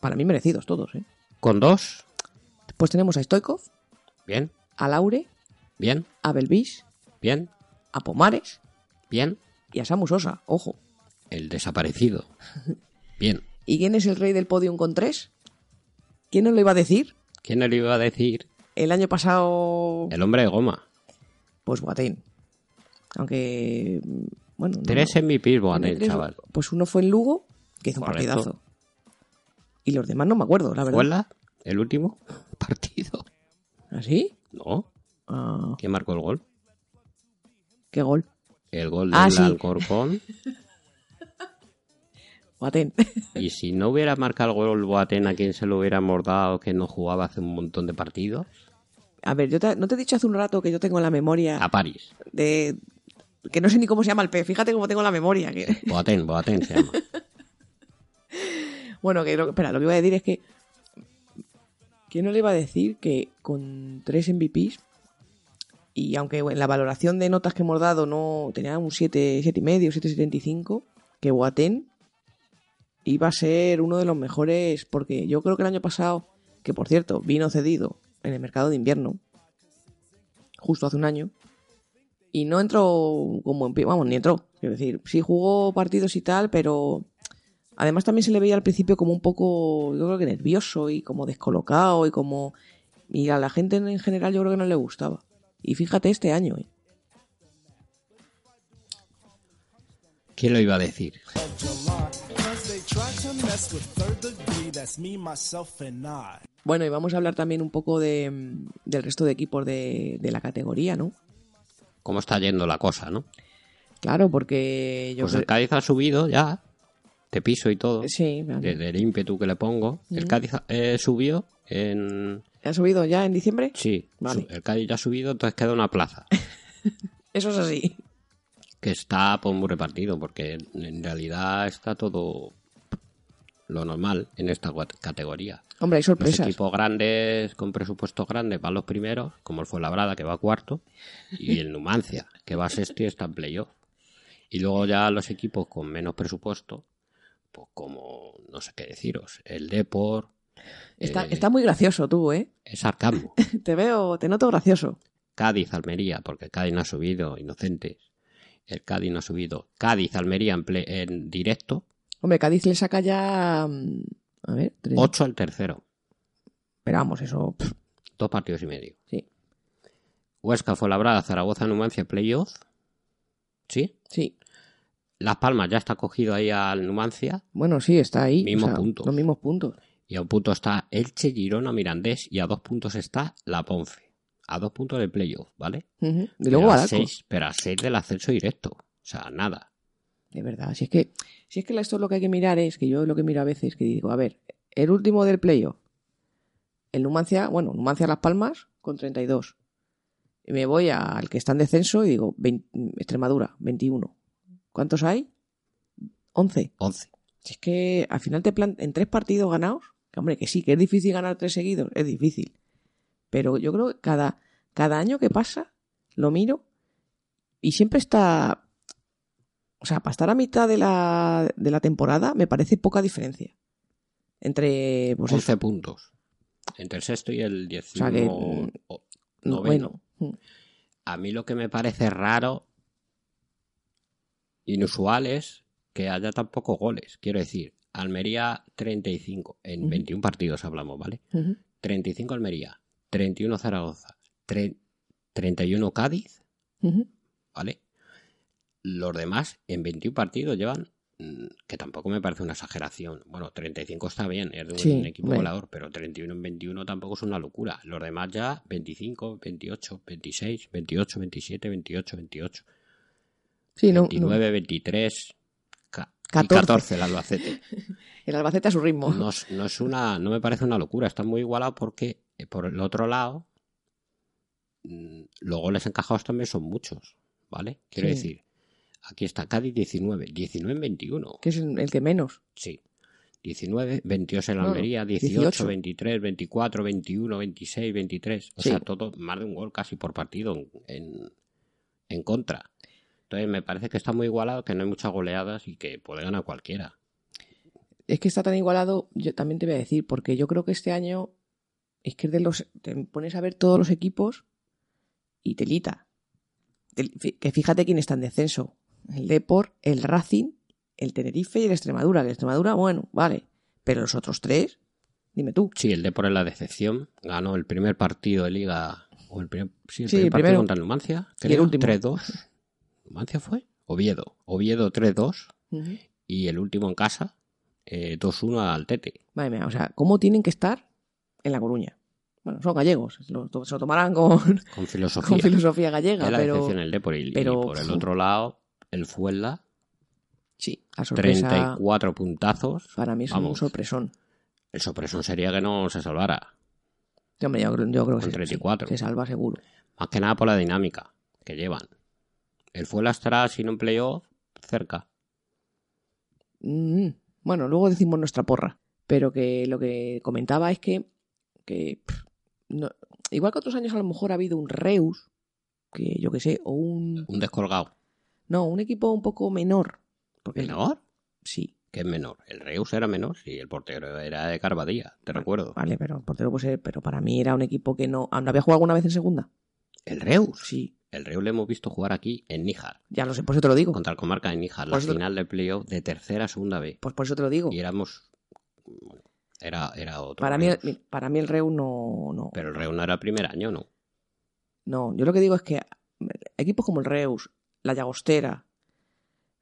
Speaker 3: para mí merecidos todos. ¿eh?
Speaker 4: Con dos.
Speaker 3: Pues tenemos a Stoikov,
Speaker 4: Bien,
Speaker 3: a Laure,
Speaker 4: bien,
Speaker 3: a Belvis,
Speaker 4: bien,
Speaker 3: a Pomares
Speaker 4: bien.
Speaker 3: y a Samu Sosa. Ojo.
Speaker 4: El desaparecido. Bien.
Speaker 3: ¿Y quién es el rey del podium con tres? ¿Quién nos lo iba a decir?
Speaker 4: ¿Quién le iba a decir?
Speaker 3: El año pasado,
Speaker 4: El hombre de goma.
Speaker 3: pues Boateng. Aunque, bueno... no-
Speaker 4: Tres MVPs, Boateng,
Speaker 3: Tres-
Speaker 4: chaval.
Speaker 3: Pues uno fue en Lugo, que hizo
Speaker 4: Correcto.
Speaker 3: un partidazo. Y los demás no me acuerdo, la verdad.
Speaker 4: ¿Huela? ¿El último partido?
Speaker 3: ¿Así?
Speaker 4: No.
Speaker 3: Ah,
Speaker 4: ¿Quién marcó el gol?
Speaker 3: qué gol.
Speaker 4: El gol del
Speaker 3: Ah, sí.
Speaker 4: Alcorcón.
Speaker 3: Boateng.
Speaker 4: Y si no hubiera marcado el gol Boateng, ¿a quién se lo hubiera mordado que no jugaba hace un montón de partidos?
Speaker 3: A ver, yo te- no te he dicho hace un rato que yo tengo la memoria
Speaker 4: A París.
Speaker 3: de... Que no sé ni cómo se llama el pez. Fíjate cómo tengo la memoria. que-
Speaker 4: Boateng, Boateng se llama.
Speaker 3: Bueno, que lo- espera, lo que iba a decir es que... ¿Quién no le iba a decir que con tres MVPs y aunque en la valoración de notas que hemos dado no tenía un 7, 7,5, 7,75, que Boateng iba a ser uno de los mejores porque yo creo que el año pasado, que por cierto vino cedido en el mercado de invierno, justo hace un año, y no entró como en pie, vamos, ni entró. Quiero decir, sí jugó partidos y tal, pero además también se le veía al principio como un poco, yo creo que nervioso y como descolocado y como... Y a la gente en general yo creo que no le gustaba. Y fíjate este año, ¿eh?
Speaker 4: ¿Quién lo iba a decir?
Speaker 6: Cause they try to mess with third degree, that's me, myself, and I.
Speaker 3: Bueno, y vamos a hablar también un poco de, mm, del resto de equipos de, de la categoría, ¿no?
Speaker 4: ¿Cómo está yendo la cosa, no?
Speaker 3: Claro, porque yo
Speaker 4: Pues
Speaker 3: creo-
Speaker 4: el Cádiz ha subido ya. Te piso y todo.
Speaker 3: Sí, Mm. me han-
Speaker 4: Desde el ímpetu que le pongo. El Cádiz eh, subió en...
Speaker 3: ¿han subido ya en diciembre?
Speaker 4: Sí,
Speaker 3: Vale.
Speaker 4: su- el Cádiz ya ha subido, entonces queda una plaza.
Speaker 3: Eso es así.
Speaker 4: que está pues, muy repartido, porque en realidad está todo lo normal en esta gua- categoría.
Speaker 3: Hombre, hay
Speaker 4: Los
Speaker 3: sorpresas.
Speaker 4: equipos grandes, con presupuestos grandes, van los primeros, como el Fuenlabrada, que va cuarto, y el Numancia, que va sexto y está en playoff. Y luego ya los equipos con menos presupuesto, pues como, no sé qué deciros, el Depor,
Speaker 3: Está,
Speaker 4: eh,
Speaker 3: está muy gracioso tú, ¿eh?
Speaker 4: es Arcamo,
Speaker 3: Te veo, te noto gracioso.
Speaker 4: Cádiz, Almería, porque el Cádiz no ha subido, inocentes. El Cádiz no ha subido. Cádiz, Almería en, ple- en directo,
Speaker 3: Hombre, Cádiz le saca ya... mm, A ver, tres...
Speaker 4: 8 al tercero,
Speaker 3: Esperamos eso. pff,
Speaker 4: dos partidos y medio.
Speaker 3: Sí,
Speaker 4: Huesca, Fuenlabrada, Zaragoza, Numancia, playoff. ¿Sí?
Speaker 3: sí.
Speaker 4: Las Palmas ya está cogido ahí al Numancia
Speaker 3: Bueno, sí, está ahí.
Speaker 4: Mismos puntos.
Speaker 3: Los mismos puntos.
Speaker 4: y a un punto está Elche, Girona, Mirandés y a dos puntos está La Ponce. A dos puntos de playoff, ¿vale?
Speaker 3: Ujú. Y luego
Speaker 4: pero, a
Speaker 3: Badaco.
Speaker 4: seis, pero a seis del ascenso directo. O sea, nada.
Speaker 3: De verdad. Si es que, si es que esto lo que hay que mirar es que yo lo que miro a veces que digo, a ver, el último del playoff. El Numancia, bueno, Numancia Las Palmas con 32. Y me voy al que está en descenso y digo, vein- Extremadura, 21. ¿Cuántos hay? 11.
Speaker 4: Once.
Speaker 3: Si es que al final te plantan en tres partidos ganados, que hombre, que sí, que es difícil ganar tres seguidos, es difícil. Pero yo creo que cada, cada año que pasa, lo miro y siempre está. O sea, para estar a mitad de la, de la temporada, me parece poca diferencia. Entre. Pues
Speaker 4: 11
Speaker 3: eso,
Speaker 4: puntos. Entre el sexto y el
Speaker 3: sea
Speaker 4: décimo.
Speaker 3: que, mm,
Speaker 4: o-
Speaker 3: no,
Speaker 4: noveno.
Speaker 3: bueno. Mm.
Speaker 4: A mí lo que me parece raro, inusual es que haya tan pocos goles. Quiero decir, Almería 35, en
Speaker 3: Ujú.
Speaker 4: 21 partidos hablamos, ¿vale?
Speaker 3: Ujú.
Speaker 4: 35 Almería, 31 Zaragoza, tre- 31 Cádiz,
Speaker 3: Ujú.
Speaker 4: ¿vale? Los demás en 21 partidos llevan, mm, que tampoco me parece una exageración. Bueno, 35 está bien, es de un
Speaker 3: Sí,
Speaker 4: equipo
Speaker 3: hombre.
Speaker 4: volador, pero 31 en 21 tampoco es una locura. Los demás ya 25, 28, 26, 28, 27, 28, 28,
Speaker 3: Sí, no, no.
Speaker 4: 29, 23, ca- y
Speaker 3: 14.
Speaker 4: 14 el Albacete.
Speaker 3: El Albacete a su ritmo.
Speaker 4: No es, no es una, no me parece una locura, está muy igualado porque eh, por el otro lado mm, los goles encajados también son muchos, ¿vale? Quiero
Speaker 3: Sí.
Speaker 4: decir, aquí está Cádiz 19, 19 en 21,
Speaker 3: Que es el que menos.
Speaker 4: sí. 19, 28 en
Speaker 3: No, no,
Speaker 4: Almería, 18,
Speaker 3: 18.
Speaker 4: 23, 24, 21, 26, 23. O
Speaker 3: Sí.
Speaker 4: sea, todo más de un gol casi por partido en, en- en contra. Entonces me parece que está muy igualado, que no hay muchas goleadas y que puede ganar cualquiera.
Speaker 3: Es que está tan igualado, yo también te voy a decir, porque yo creo que este año es que es de los, te pones a ver todos los equipos y telita. Tel- fi- Que fíjate quién está en descenso. El Depor, el Racing, el Tenerife y el Extremadura. El Extremadura, bueno, vale. Pero los otros tres, dime tú.
Speaker 4: Sí, el Depor es la decepción. Ganó el primer partido de Liga. O el primer, sí, el
Speaker 3: Sí,
Speaker 4: primer
Speaker 3: el
Speaker 4: partido
Speaker 3: primero.
Speaker 4: contra Numancia.
Speaker 3: Y el
Speaker 4: creo,
Speaker 3: último.
Speaker 4: 3-2. ¿Numancia fue? Oviedo. Oviedo 3-2.
Speaker 3: Ujú.
Speaker 4: Y el último en casa, eh, 2-1 al Tete.
Speaker 3: Madre mía, o sea, ¿cómo tienen que estar en La Coruña? Bueno, son gallegos, se lo, se lo tomarán con,
Speaker 4: Con filosofía.
Speaker 3: con filosofía gallega,
Speaker 4: es la
Speaker 3: pero
Speaker 4: decepción el Depor. Y, y
Speaker 3: pero,
Speaker 4: por el
Speaker 3: fu.
Speaker 4: otro lado, el Fuelda.
Speaker 3: sí, la sorpresa
Speaker 4: 34 puntazos.
Speaker 3: para mí es un
Speaker 4: Vamos,
Speaker 3: sorpresón.
Speaker 4: el sorpresón sería que no se salvara.
Speaker 3: Sí, hombre, yo, creo- yo creo que
Speaker 4: Con
Speaker 3: se-
Speaker 4: 34.
Speaker 3: se salva seguro.
Speaker 4: Más que nada por la dinámica que llevan. El Fuelda estará, si no en playoff, cerca.
Speaker 3: Mm, bueno, luego decimos nuestra porra. Pero que lo que comentaba es que, que, pff, no- igual que otros años a lo mejor ha habido un Reus, que yo que sé, o un...
Speaker 4: Un descolgado.
Speaker 3: No, un equipo un poco menor. Porque
Speaker 4: ¿Menor?
Speaker 3: Sí,
Speaker 4: que es menor. El Reus era menor y el portero era de Carvadía, te recuerdo.
Speaker 3: vale, pero portero puede ser, pero para mí era un equipo que no... ah, ¿No había jugado alguna vez en segunda?
Speaker 4: ¿El Reus?
Speaker 3: Sí,
Speaker 4: El Reus le hemos visto jugar aquí en Níjar,
Speaker 3: ya lo sé, por eso te lo digo.
Speaker 4: contra el Comarca de Níjar, la
Speaker 3: Por eso-
Speaker 4: final del playoff de tercera a segunda B.
Speaker 3: Pues por eso te lo digo.
Speaker 4: Y éramos. bueno, era, era otro.
Speaker 3: Para mí,
Speaker 4: Reus.
Speaker 3: mira, para mí el Reus no... no
Speaker 4: Pero el Reus no era el primer año, ¿no?
Speaker 3: No, yo lo que digo es que equipos como el Reus, la Llagostera,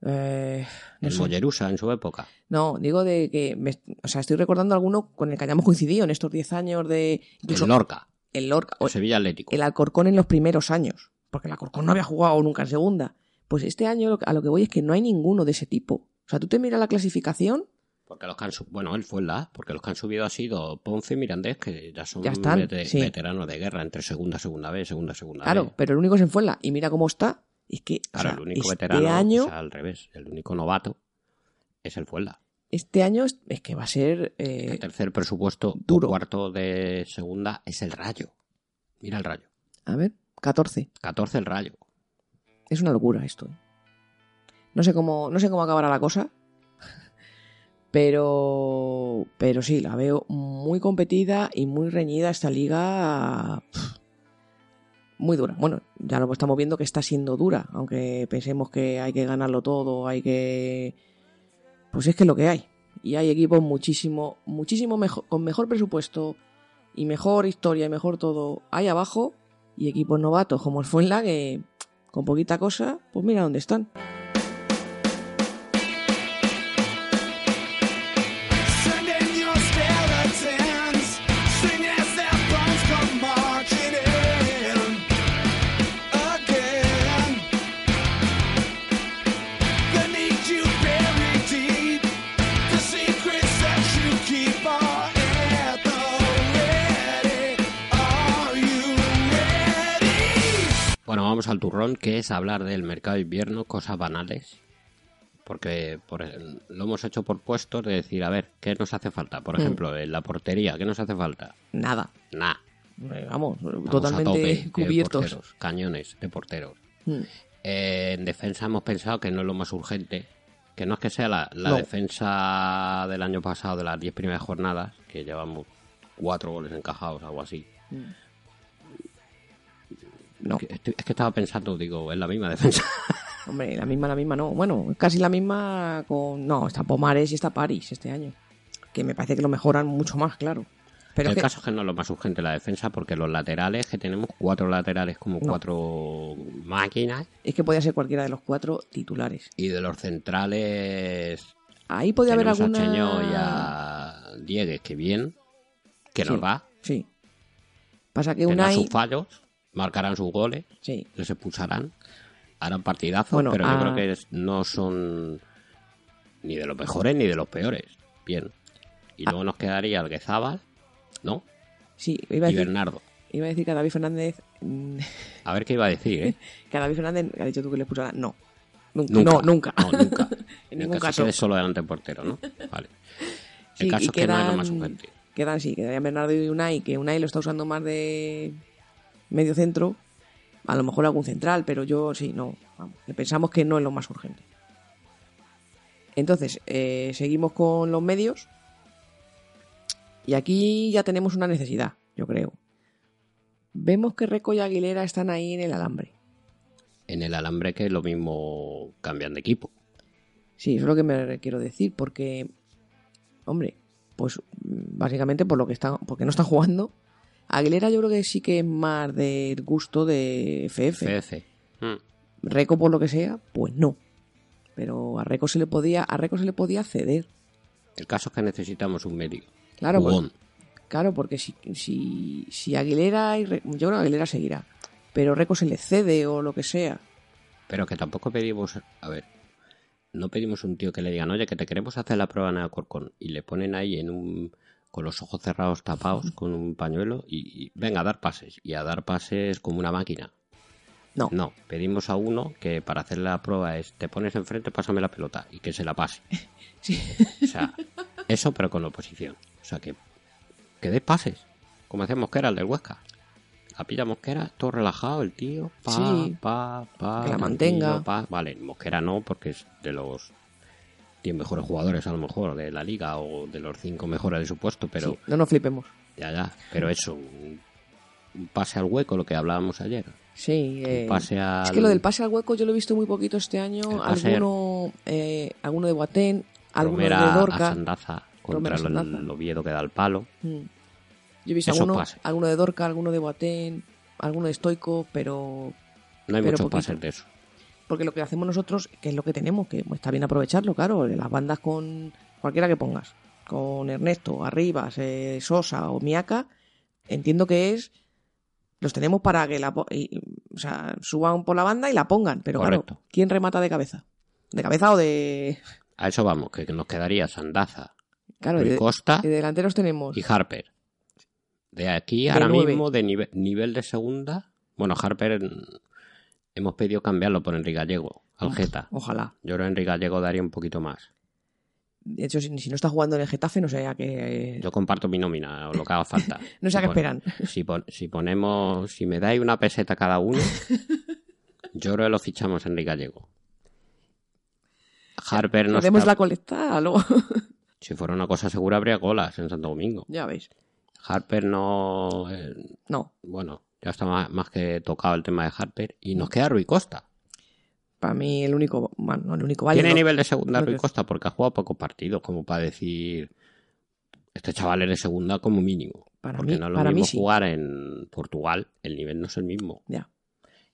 Speaker 3: eh, no,
Speaker 4: El
Speaker 3: sé.
Speaker 4: Mollerusa en su época.
Speaker 3: No, digo de que, me- o sea, estoy recordando alguno con el que hayamos coincidido en estos 10 años de... incluso
Speaker 4: el Lorca.
Speaker 3: el Lorca, o
Speaker 4: El Sevilla Atlético.
Speaker 3: el Alcorcón en los primeros años, porque el Alcorcón no había jugado nunca en segunda. Pues este año lo que- a lo que voy es que no hay ninguno de ese tipo. O sea, tú te miras la clasificación,
Speaker 4: Porque los que han sub- Bueno, él fue la porque los que han subido ha sido Ponce y Mirandés, que ya son
Speaker 3: Ya están,
Speaker 4: vete-
Speaker 3: sí.
Speaker 4: veteranos de guerra entre segunda, segunda B, segunda, segunda B.
Speaker 3: claro, pero el único es en Fuenla. Y mira cómo está. Es que o
Speaker 4: Claro,
Speaker 3: sea,
Speaker 4: el único
Speaker 3: este
Speaker 4: veterano,
Speaker 3: año...
Speaker 4: o sea, al revés, el único novato es el Fuelda.
Speaker 3: Este año es, es que va a ser... eh,
Speaker 4: El tercer presupuesto
Speaker 3: duro.
Speaker 4: o cuarto de segunda es el Rayo. Mira el Rayo.
Speaker 3: a ver, 14.
Speaker 4: 14 el Rayo.
Speaker 3: Es una locura esto. ¿eh? No sé cómo, no sé cómo acabará la cosa. Pero, pero sí, la veo muy competida y muy reñida esta liga. pf, Muy dura. Bueno, ya lo estamos viendo que está siendo dura, aunque pensemos que hay que ganarlo todo, hay que... Pues es que es lo que hay. Y hay equipos muchísimo, muchísimo mejor, con mejor presupuesto y mejor historia y mejor todo ahí abajo. Y equipos novatos como el Fuenla que con poquita cosa, pues mira dónde están.
Speaker 6: Sending your skeletons, sing as their bones come marching in again. Beneath you buried deep, the secrets that you keep are at the ready. Are you ready?
Speaker 4: Bueno, vamos al turrón, que es hablar del mercado de invierno, cosas banales. Porque por el- lo hemos hecho por puestos de decir, a ver, ¿qué nos hace falta?
Speaker 3: Mm.
Speaker 4: Por ejemplo, en la portería, ¿qué nos hace falta?
Speaker 3: Nada.
Speaker 4: Nada.
Speaker 3: Eh, Vamos, totalmente cubiertos.
Speaker 4: cañones de porteros.
Speaker 3: Mm.
Speaker 4: Eh, en defensa hemos pensado que no es lo más urgente, que no es que sea la, la
Speaker 3: No.
Speaker 4: defensa del año pasado, de las 10 primeras jornadas, que llevamos cuatro goles encajados, algo así.
Speaker 3: No,
Speaker 4: Que estoy- es que estaba pensando, digo, es la misma defensa.
Speaker 3: hombre, la misma, la misma no. Bueno, casi la misma con... No, está Pomares y está París este año. Que me parece que lo mejoran mucho más, claro. Pero
Speaker 4: el
Speaker 3: es que...
Speaker 4: caso es que no es lo más urgente la defensa, porque los laterales, que tenemos cuatro laterales como cuatro máquinas,
Speaker 3: Es que podía ser cualquiera de los cuatro titulares.
Speaker 4: y de los centrales
Speaker 3: Ahí podía haber
Speaker 4: tenemos
Speaker 3: alguna.
Speaker 4: a Cheño y a Diegues, que bien, que
Speaker 3: Sí.
Speaker 4: nos va,
Speaker 3: Sí. Pasa que
Speaker 4: tendrán
Speaker 3: Unai.
Speaker 4: sus fallos, marcarán sus goles,
Speaker 3: Sí.
Speaker 4: les expulsarán, harán partidazos,
Speaker 3: Bueno, ah.
Speaker 4: pero
Speaker 3: a-
Speaker 4: yo creo que es- no son ni de los mejores ni de los peores. Bien. Y
Speaker 3: Ah.
Speaker 4: luego nos quedaría Alguezábal, ¿no?
Speaker 3: Sí, iba a,
Speaker 4: Y
Speaker 3: decir,
Speaker 4: Bernardo.
Speaker 3: iba a decir que a David Fernández. mm,
Speaker 4: A ver qué iba a decir, ¿eh?
Speaker 3: Que a David Fernández ha dicho tú que le expulsara. No. Nunca.
Speaker 4: Nunca.
Speaker 3: No, nunca.
Speaker 4: No, nunca.
Speaker 3: en
Speaker 4: Ni
Speaker 3: ningún
Speaker 4: que se
Speaker 3: caso.
Speaker 4: quede solo delante del portero, ¿no? Vale. El
Speaker 3: Sí,
Speaker 4: caso
Speaker 3: y
Speaker 4: es que no es lo más urgente.
Speaker 3: Quedan, sí, quedarían Bernardo y Unai, que Unai lo está usando más de medio centro. A lo mejor algún central, pero yo sí, no. vamos, que pensamos que no es lo más urgente. Entonces, eh, seguimos con los medios. Y aquí ya tenemos una necesidad, yo creo. Vemos que Reco y Aguilera están ahí en el alambre.
Speaker 4: En el alambre que lo mismo cambian de equipo.
Speaker 3: Sí, eso es lo que me quiero decir, porque, hombre, pues mm, básicamente por lo que está, porque no está jugando. Aguilera yo creo que sí que es más del gusto de FF.
Speaker 4: CDC. Mm.
Speaker 3: Reco por lo que sea, pues no. Pero a Reco se le podía, a Reco se le podía ceder.
Speaker 4: El caso es que necesitamos un medio.
Speaker 3: Claro, pues-
Speaker 4: Jugón.
Speaker 3: Claro, porque si, si, si Aguilera y Re- yo creo que Aguilera seguirá. Pero Reco se le cede o lo que sea.
Speaker 4: Pero que tampoco pedimos, a ver, no pedimos un tío que le digan, oye, que te queremos hacer la prueba en Alcorcón y le ponen ahí en un con los ojos cerrados tapados con un pañuelo y, y venga a dar pases y a dar pases como una máquina.
Speaker 3: No.
Speaker 4: No, pedimos a uno que para hacer la prueba es te pones enfrente, pásame la pelota y que se la pase.
Speaker 3: Sí.
Speaker 4: O sea, eso pero con oposición. O sea que que des pases, como hacía Mosquera el del Huesca. La pilla Mosquera, todo relajado el tío, pa,
Speaker 3: Sí.
Speaker 4: pa, pa,
Speaker 3: Que la
Speaker 4: tranquilo,
Speaker 3: mantenga.
Speaker 4: pa. Vale, Mosquera no, porque es de los 10 mejores jugadores a lo mejor de la liga o de los 5 mejores de su puesto, pero
Speaker 3: Sí, no nos flipemos.
Speaker 4: ya, ya, pero eso, un, un pase al hueco, lo que hablábamos ayer.
Speaker 3: Sí, eh,
Speaker 4: pase
Speaker 3: es
Speaker 4: al-
Speaker 3: que lo del pase al hueco yo lo he visto muy poquito este año.
Speaker 4: El pase-
Speaker 3: Alguno, eh, alguno de Guatén, alguno
Speaker 4: Romera
Speaker 3: de
Speaker 4: a
Speaker 3: Dorca.
Speaker 4: Sandaza
Speaker 3: Romero
Speaker 4: contra
Speaker 3: a
Speaker 4: el,
Speaker 3: Sandaza.
Speaker 4: el Oviedo que da el palo.
Speaker 3: Mm. Yo he visto
Speaker 4: Esos
Speaker 3: alguno,
Speaker 4: pases.
Speaker 3: alguno de Dorca, alguno de Guatén, alguno de Stoico, pero
Speaker 4: No hay
Speaker 3: Pero
Speaker 4: muchos
Speaker 3: poquito.
Speaker 4: pases de eso.
Speaker 3: porque lo que hacemos nosotros, que es lo que tenemos, que está bien aprovecharlo, claro, las bandas con cualquiera que pongas, con Ernesto, Arribas, eh, Sosa o Miaca, entiendo que es los tenemos para que la po- y- o sea, suban por la banda y la pongan, pero
Speaker 4: Correcto.
Speaker 3: claro, ¿quién remata de cabeza? ¿De cabeza o de
Speaker 4: A eso vamos, que nos quedaría Sandaza,
Speaker 3: claro, de,
Speaker 4: Rui Costa
Speaker 3: de delanteros tenemos?
Speaker 4: y Harper. De aquí
Speaker 3: De
Speaker 4: ahora
Speaker 3: nueve.
Speaker 4: mismo, de nive- nivel de segunda. Bueno, Harper mm, hemos pedido cambiarlo por Enrique Gallego, al Geta.
Speaker 3: Ojalá.
Speaker 4: Yo creo que Enrique Gallego daría un poquito más.
Speaker 3: De hecho, si, si no está jugando en el Getafe, no sé a qué
Speaker 4: Yo comparto mi nómina, o lo que haga falta.
Speaker 3: No sé a qué
Speaker 4: Si
Speaker 3: esperan.
Speaker 4: Si, pon- si ponemos, si me dais una peseta cada uno, yo creo que lo fichamos a Enrique Gallego. Harper no
Speaker 3: Hacemos
Speaker 4: está-
Speaker 3: la colecta, luego.
Speaker 4: Si fuera una cosa segura habría colas en Santo Domingo.
Speaker 3: ya veis.
Speaker 4: Harper no, eh,
Speaker 3: No,
Speaker 4: bueno, ya está más, más que tocado el tema de Harper. Y nos queda Rui Costa.
Speaker 3: para mí el único, bueno, no el único válido.
Speaker 4: Tiene nivel de segunda
Speaker 3: no
Speaker 4: Rui
Speaker 3: creo.
Speaker 4: Costa porque ha jugado pocos partidos, como para decir, este chaval es de segunda como mínimo.
Speaker 3: Para
Speaker 4: porque
Speaker 3: mí-
Speaker 4: no es lo
Speaker 3: para mí
Speaker 4: mismo
Speaker 3: sí.
Speaker 4: jugar en Portugal, el nivel no es el mismo
Speaker 3: Ya.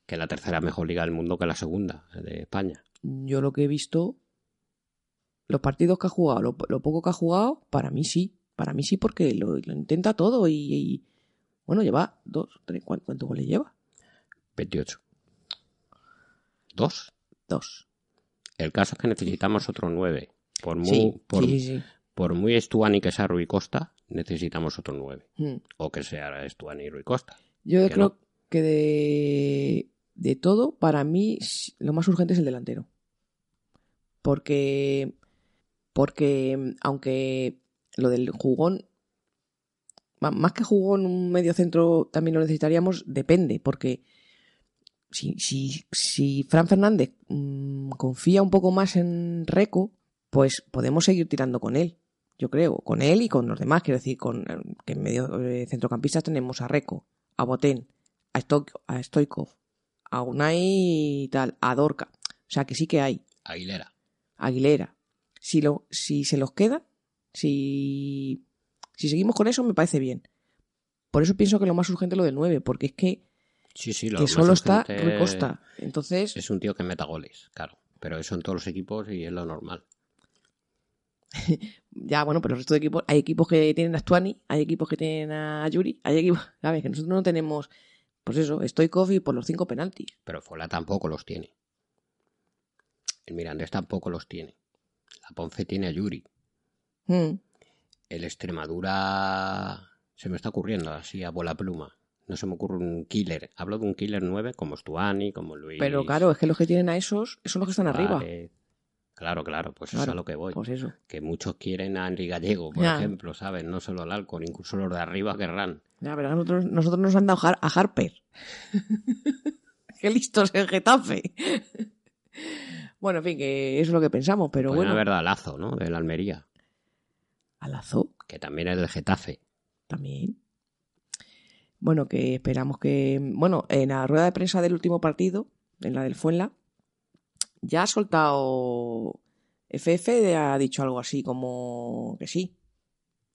Speaker 4: que la tercera mejor liga del mundo que la segunda de España.
Speaker 3: Yo lo que he visto, los partidos que ha jugado, lo, lo poco que ha jugado, para mí sí. Para mí sí, porque lo, lo intenta todo y, y, Bueno, lleva dos, tres, ¿cuánto- ¿cuántos goles lleva?
Speaker 4: 28. Dos.
Speaker 3: Dos.
Speaker 4: El caso es que necesitamos otro 9. Por muy,
Speaker 3: sí,
Speaker 4: por,
Speaker 3: sí, sí,
Speaker 4: por muy Estuani que sea Rui Costa, necesitamos otro 9.
Speaker 3: sí. Mm.
Speaker 4: O que sea Estuani y Rui Costa.
Speaker 3: Yo
Speaker 4: Que
Speaker 3: creo
Speaker 4: no.
Speaker 3: que de, de todo, para mí s- lo más urgente es el delantero. Porque, porque aunque lo del jugón, ma- más que jugón, un medio centro también lo necesitaríamos, depende, porque si, si, si Fran Fernández mm, confía un poco más en Reco, pues podemos seguir tirando con él, yo creo, con él y con los demás, quiero decir, con que en medio eh, centrocampistas tenemos a Reco, a Botén, a, Stoik- a Stoikov, a Unai y tal, a Dorca. O sea que sí que hay.
Speaker 4: Aguilera.
Speaker 3: Aguilera. Si, lo, si se los queda, si, si seguimos con eso, me parece bien. Por eso pienso que lo más urgente es lo del 9, porque es que,
Speaker 4: Sí, sí, lo
Speaker 3: que
Speaker 4: más
Speaker 3: solo está
Speaker 4: urgente
Speaker 3: Rui Costa. Entonces,
Speaker 4: Es un tío que meta goles, claro. Pero eso en todos los equipos y es lo normal.
Speaker 3: ya bueno, pero el resto de equipos, hay equipos que tienen a Stuani, hay equipos que tienen a Yuri, hay equipos, sabes, que nosotros no tenemos, pues eso, Stoikov y por los cinco penaltis.
Speaker 4: Pero Fola tampoco los tiene. El Mirandés tampoco los tiene. La Ponce tiene a Yuri.
Speaker 3: Mm.
Speaker 4: El Extremadura. Se me está ocurriendo así a bola pluma. No se me ocurre un killer. Hablo de un killer 9 como Stuani, como Luis.
Speaker 3: Pero claro, es que los que tienen a esos son los que están arriba.
Speaker 4: Suárez. Claro, claro, pues eso
Speaker 3: Claro,
Speaker 4: es a lo que voy.
Speaker 3: Pues eso.
Speaker 4: Que muchos quieren a Henry Gallego, por
Speaker 3: Ya.
Speaker 4: ejemplo, ¿sabes? No solo al Alcor, incluso los de arriba querrán.
Speaker 3: Ya, pero nosotros, nosotros nos han dado Har- a Harper. Qué listos el Getafe. bueno, en fin, que eso es lo que pensamos, pero
Speaker 4: Pero
Speaker 3: bueno.
Speaker 4: bueno, verdad, Lazo, ¿no? Del Almería,
Speaker 3: Alazó
Speaker 4: que también es del Getafe.
Speaker 3: también. Bueno, que esperamos que. Bueno, en la rueda de prensa del último partido, en la del Fuenla, ya ha soltado. FF ha dicho algo así como que sí.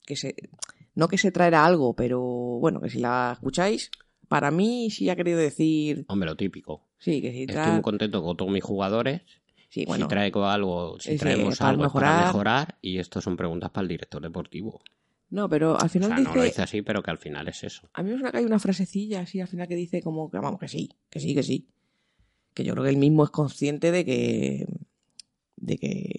Speaker 3: Que se. No que se traerá algo, pero bueno, que si la escucháis, para mí sí ha querido decir.
Speaker 4: Hombre, lo típico.
Speaker 3: Sí, que si
Speaker 4: Estoy muy
Speaker 3: trae.
Speaker 4: contento con todos mis jugadores.
Speaker 3: Sí, bueno,
Speaker 4: si traigo algo, si
Speaker 3: dice,
Speaker 4: traemos
Speaker 3: para
Speaker 4: algo es para
Speaker 3: mejorar.
Speaker 4: mejorar. Y esto son preguntas para el director deportivo.
Speaker 3: no, pero al
Speaker 4: O sea,
Speaker 3: final
Speaker 4: no lo
Speaker 3: dice.
Speaker 4: dice así, pero que al final es eso.
Speaker 3: A mí me suena que hay una frasecilla así al final que dice como que vamos, que sí, que sí, que sí. Que yo creo que él mismo es consciente de que. de que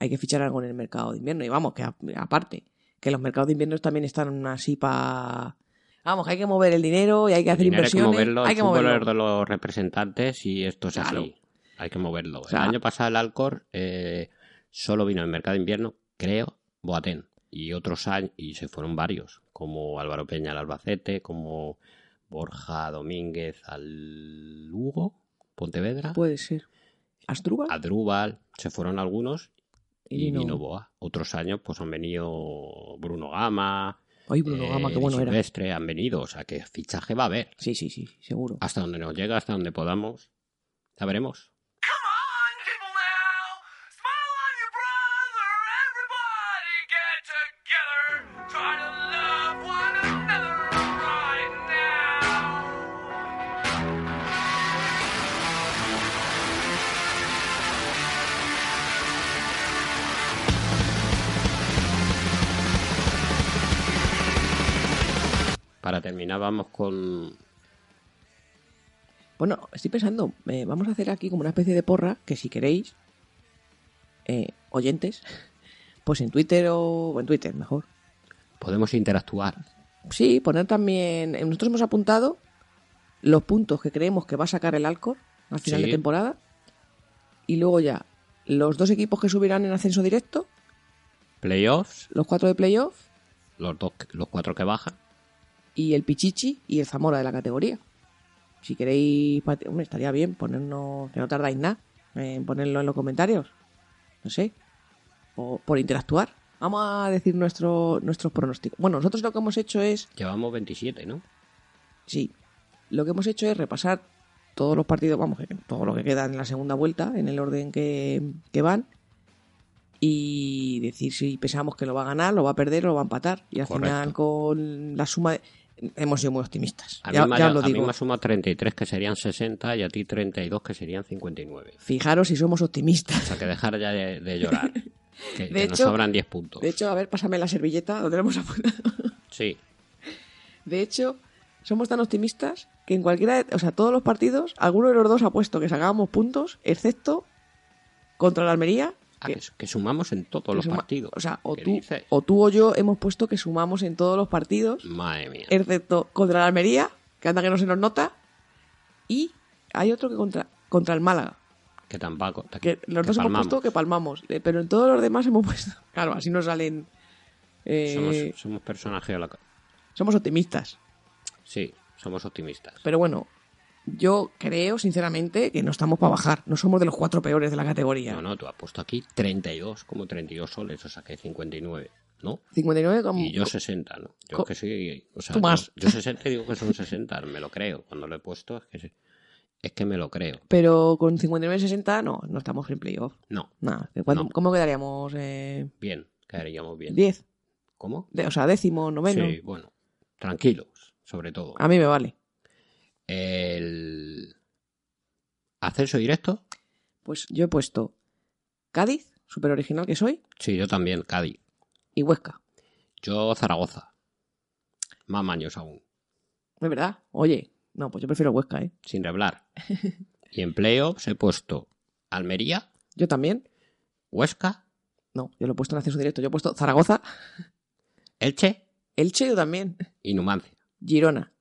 Speaker 3: hay que fichar algo en el mercado de invierno. Y vamos, que a- aparte, que los mercados de invierno también están así para. Vamos, que hay que mover el dinero y hay que hacer
Speaker 4: Dinero
Speaker 3: inversiones.
Speaker 4: Hay que moverlo,
Speaker 3: hay
Speaker 4: el
Speaker 3: que
Speaker 4: fútbol
Speaker 3: moverlo.
Speaker 4: es de los representantes y esto es así. Hay que moverlo.
Speaker 3: sea-
Speaker 4: el año pasado el Alcor eh, solo vino al mercado de invierno, creo, Boatén. Y otros años, y se fueron varios, como Álvaro Peña al Albacete, como Borja Domínguez al Lugo, Pontevedra,
Speaker 3: Puede ser. Astruba
Speaker 4: Adrúbal, se fueron algunos y,
Speaker 3: y
Speaker 4: vino
Speaker 3: no.
Speaker 4: Boa. Otros años pues han venido Bruno Gama,
Speaker 3: Ay, Bruno Gama,
Speaker 4: eh,
Speaker 3: qué bueno era.
Speaker 4: Silvestre, han venido, o sea que fichaje va a haber
Speaker 3: Sí, sí, sí, seguro.
Speaker 4: hasta donde nos llega, hasta donde podamos. Ya veremos. Para terminar, vamos con.
Speaker 3: Bueno, estoy pensando, eh, vamos a hacer aquí como una especie de porra que si queréis, eh, oyentes, pues en Twitter o o en Twitter mejor.
Speaker 4: Podemos interactuar.
Speaker 3: Sí, poner también. eh, Nosotros hemos apuntado los puntos que creemos que va a sacar el Alcor al final
Speaker 4: Sí.
Speaker 3: de temporada. Y luego ya, los dos equipos que subirán en ascenso directo,
Speaker 4: Playoffs,
Speaker 3: los cuatro de playoff,
Speaker 4: los, dos, los cuatro que bajan.
Speaker 3: y el Pichichi y el Zamora de la categoría. Si queréis, pat- hombre, estaría bien ponernos, que no tardáis nada, en ponerlo en los comentarios. No sé. O por interactuar. Vamos a decir nuestro, nuestros pronósticos. Bueno, nosotros lo que hemos hecho es,
Speaker 4: Llevamos 27, ¿no?
Speaker 3: sí, lo que hemos hecho es repasar todos los partidos, vamos, que- todo lo que queda en la segunda vuelta, en el orden que, que van, y decir si pensamos que lo va a ganar, lo va a perder o lo va a empatar. Y al
Speaker 4: Correcto.
Speaker 3: final, con la suma de- Hemos sido muy optimistas.
Speaker 4: A,
Speaker 3: Ya-
Speaker 4: mí, me
Speaker 3: ya
Speaker 4: ha-
Speaker 3: os lo
Speaker 4: a mí
Speaker 3: digo.
Speaker 4: me ha sumado 33, que serían 60, y a ti 32, que serían 59.
Speaker 3: Fijaros si somos
Speaker 4: O
Speaker 3: optimistas.
Speaker 4: sea, que dejar ya de, de llorar. Que, que nos
Speaker 3: hecho-
Speaker 4: sobran 10 puntos.
Speaker 3: De hecho, a ver, pásame la servilleta donde lo hemos apuntado.
Speaker 4: sí,
Speaker 3: De hecho, somos tan optimistas que en cualquiera de, o sea, todos los partidos, alguno de los dos ha puesto que sacábamos puntos, excepto contra la Almería.
Speaker 4: Ah, que, que sumamos en todos
Speaker 3: que
Speaker 4: los
Speaker 3: suma-
Speaker 4: partidos.
Speaker 3: O sea, o
Speaker 4: ¿Qué
Speaker 3: tú,
Speaker 4: dices?
Speaker 3: o tú o yo hemos puesto que sumamos en todos los partidos,
Speaker 4: Madre mía.
Speaker 3: excepto contra la Almería, que anda que no se nos nota, y hay otro que contra, contra el Málaga,
Speaker 4: que tampoco. que-
Speaker 3: Que los
Speaker 4: que
Speaker 3: dos hemos
Speaker 4: palmamos.
Speaker 3: puesto que palmamos, eh, pero en todos los demás hemos puesto. Claro, así nos salen. eh,
Speaker 4: Somos, somos personajes. a la ca-
Speaker 3: somos optimistas.
Speaker 4: Sí, somos optimistas.
Speaker 3: Pero bueno, yo creo, sinceramente, que no estamos para bajar. No somos de los cuatro peores de la categoría.
Speaker 4: No, no, tú has puesto aquí 32, como 32 soles, o sea que 59, ¿no?
Speaker 3: 59 como...
Speaker 4: Y yo 60, ¿no? Yo
Speaker 3: Co-
Speaker 4: es que sí, o sea,
Speaker 3: Tú
Speaker 4: yo-
Speaker 3: más.
Speaker 4: Yo, 60 digo que son 60, me lo creo. Cuando lo he puesto es que, sí. es que me lo creo.
Speaker 3: Pero con 59-60 no, no estamos en playoff.
Speaker 4: No,
Speaker 3: Nada. ¿de cuánto-
Speaker 4: No.
Speaker 3: ¿Cómo quedaríamos? Eh,
Speaker 4: bien, quedaríamos bien.
Speaker 3: 10.
Speaker 4: ¿Cómo?
Speaker 3: De- o sea, décimo, noveno.
Speaker 4: Sí, bueno, tranquilos, sobre todo.
Speaker 3: A mí me vale.
Speaker 4: El ascenso directo,
Speaker 3: Pues yo he puesto Cádiz, súper original que soy,
Speaker 4: sí, yo también, Cádiz.
Speaker 3: y Huesca.
Speaker 4: Yo Zaragoza. Más maños aún,
Speaker 3: ¿Es verdad? Oye, no, pues yo prefiero Huesca, ¿eh?
Speaker 4: sin reblar. Y en playoffs he puesto Almería,
Speaker 3: Yo también.
Speaker 4: Huesca,
Speaker 3: No, yo lo he puesto en acceso directo. Yo he puesto Zaragoza,
Speaker 4: Elche
Speaker 3: Elche, yo también.
Speaker 4: y Numancia.
Speaker 3: Girona.